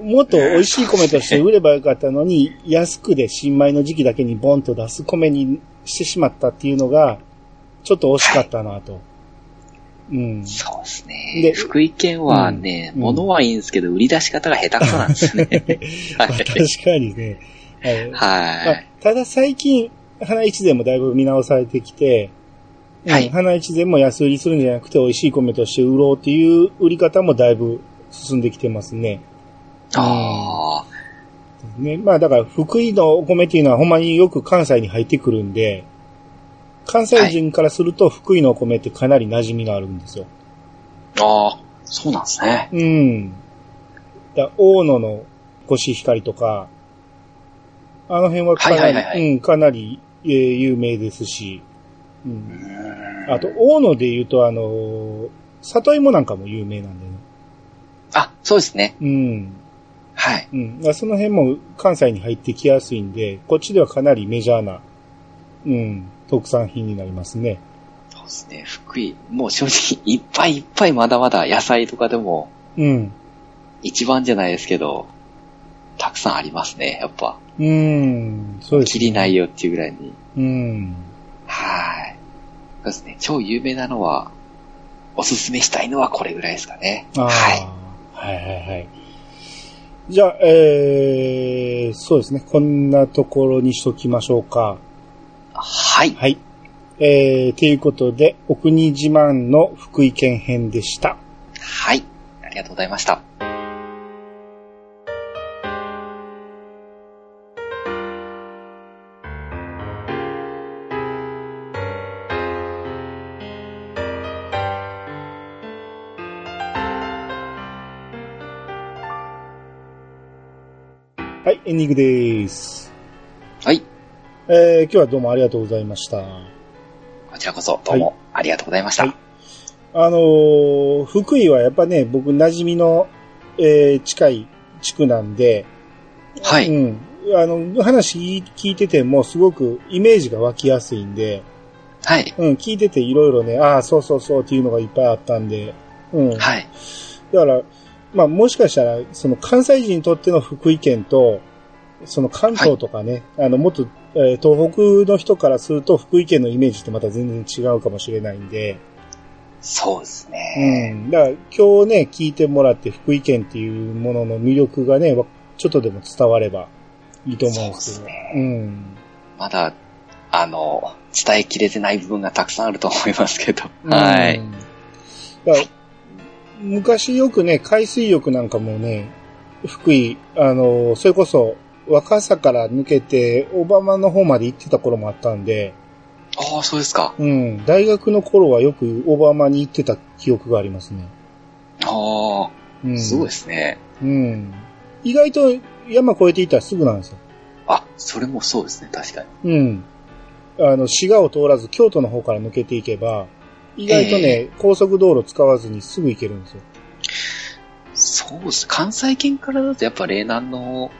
もっと美味しい米として売ればよかったの に、安くで新米の時期だけにボンと出す米にしてしまったっていうのが、ちょっと惜しかったなと。うん。
そうです
で
ね。福井県はね、
うん
物はいいんですけど、売り出し方が下手くそなんですよね。は
まあ確
い。
かに ね。はいま
は
あ
い。
ただ最近、花一膳もだいぶ見直されてきて、うん
はい
花一膳も安売りするんじゃなくて美味しい米として売ろうっていう売り方もだいぶ進んできてますね。
ああ。
ねまあだから福井のお米っていうのはほんまによく関西に入ってくるんで、関西人からすると福井のお米ってかなり馴染みがあるんですよ。
ああ。そうなんですね。
うん。だ大野のコシヒカリとか、あの辺はかな
はい
り、
はいはいはい
うん、かなり、えー有名ですし、うん
う、ーん
あと、大野で言うと、あのー里芋なんかも有名なんでね。
あ、そうですね。
うん。
はい。
うん。だからその辺も関西に入ってきやすいんで、こっちではかなりメジャーな、うん、特産品になりますね。
そうですね。福井、もう正直いっぱいいっぱいまだまだ野菜とかでも
うん。
一番じゃないですけど、たくさんありますね、やっぱ。
うん。そうです、
切りないよっていうぐらいに。
うん。
はい。そうですね。超有名なのは、おすすめしたいのはこれぐらいですかね。
あー
はい。
はいはいはい。じゃあ、えー、そうですね。こんなところにしときましょうか。
はい。
はい。えー、ということで、お国自慢の福井県編でした。
はい。ありがとうございました。
はい、エンディングです。
はい。
えー、今日はどうもありがとうございました。
こちらこそどうもありがとうございました。
はいあのー福井はやっぱね、僕馴染みの、えー近い地区なんで、
は
う
い。
ん。あの、話聞いててもすごくイメージが湧きやすいんで、
はい。
うん、聞いてていろいろね、ああ、そうそうそうっていうのがいっぱいあったんで、うん。だ
はい。
から、まあもしかしたら、その関西人にとっての福井県と、その関東とかね、あの、もっと、えー東北の人からすると福井県のイメージってまた全然違うかもしれないんで、
そうですね。
うん。だから今日ね、聞いてもらって福井県っていうものの魅力がね、わちょっとでも伝わればいいと思うんです
そう
け
で
ど。
すね
うん。
まだ、あの、伝えきれてない部分がたくさんあると思いますけど。は
う
い。
ん。だから昔よくね、海水浴なんかもね、福井、あの、それこそ若さから抜けて、小浜の方まで行ってた頃もあったんで、
ああ、そうですか。
うん。大学の頃はよく小浜に行ってた記憶がありますね。
あ
う
あ、
ん。。
すごいですすね。
うん。意外と山越えていったらすぐなんですよ。
あ、それもそうですね、確かに。
うん。あの、滋賀を通らず京都の方から抜けていけば、意外とね、高速道路使わずにすぐ行けるんですよ。
そうです。関西圏からだとやっぱ霊南の、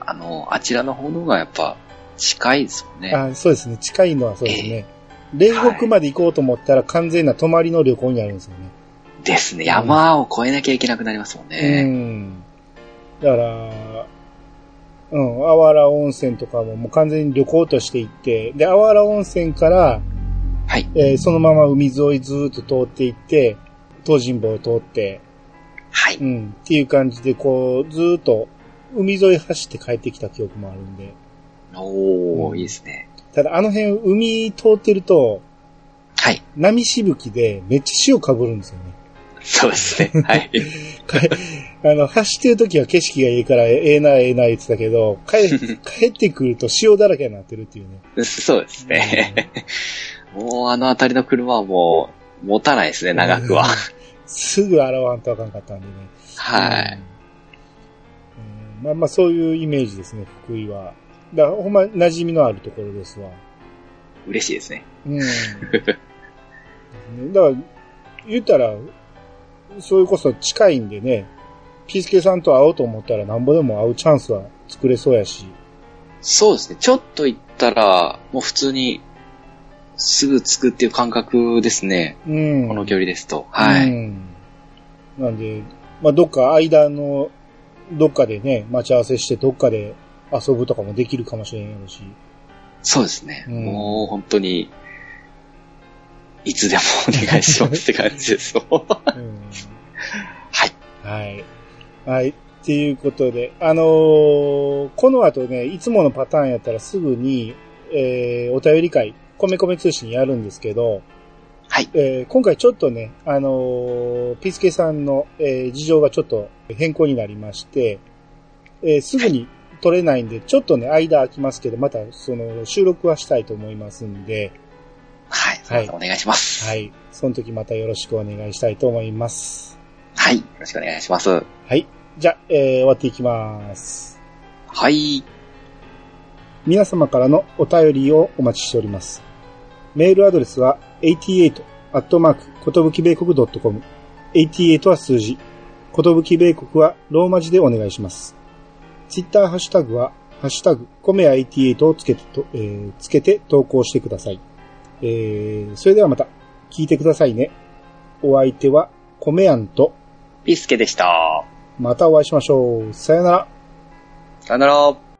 あの、あちらの方の方がやっぱ近いですもんね。
あそうですね。近いのはそうですね。煉獄まで行こうと思ったら完全な泊まりの旅行になるんですよね。
ですね。山を越えなきゃいけなくなりますもん
う
ね。
ん。だから、うん、あわら温泉とかももう完全に旅行として行って、で、あわら温泉から、
はい。
えーそのまま海沿いずーっと通って行って、東尋坊を通って、
はい。
うん、っていう感じで、こう、ずーっと海沿い走って帰ってきた記憶もあるんで。
お
う
ー、
ん
いいですね。
ただあの辺、海通ってると、
はい。
波しぶきでめっちゃ潮かぶるんですよね。
そうです ね。はい。
あの、走ってる時は景色がいいから、ええな、ええな、言ってたけど、帰、 帰ってくると塩だらけになってるっていうね。
そうですね。もうあの辺りの車はもう持たないですね、長くは。
すぐ洗わんとあかんかったんでね。
はい。
うん。うんまあまあ、そういうイメージですね、福井は。だから、ほんま、馴染みのあるところですわ。
嬉しいですね。
うん。 ですねだから、言ったら、それこそ近いんでね、ピースケさんと会おうと思ったらなんぼでも会うチャンスは作れそうやし。
そうですね。ちょっと行ったら、もう普通に、すぐ着くっていう感覚ですね。
うん。
この距離ですと。は
う
い。
ん。なんで、まあ、どっか間の、どっかでね、待ち合わせしてどっかで遊ぶとかもできるかもしれんやろ し。
そうですね。
うん
もう本当に、いつでもお願いしますって感じです。 は
うん。
い。
はい。はい。っていうことで、あのーこの後ね、いつものパターンやったらすぐに、えー、お便り会、コメコメ通信やるんですけど、
はい。
えー今回ちょっとね、あのーピースケさんの、えー事情がちょっと変更になりまして、えーすぐに取れないんで、ちょっとね、間空きますけど、またその収録はしたいと思いますんで、
はい。
はい
お願いします。
はい。その時またよろしくお願いしたいと思います。
はい。よろしくお願いします。
はい。じゃあ、えー終わっていきます。
はい。
皆様からのお便りをお待ちしております。メールアドレスは 88-kotobukibaycook.com。88は数字。ことぶき米国はローマ字でお願いします。ツイッターハッシュタグは、ハッシュタグ、コメ88をつけてと、えーつけて投稿してください。えーそれではまた。聞いてくださいね。お相手は、コメアンと、
ピースケでした。
またお会いしましょう。さよなら。
さよなら。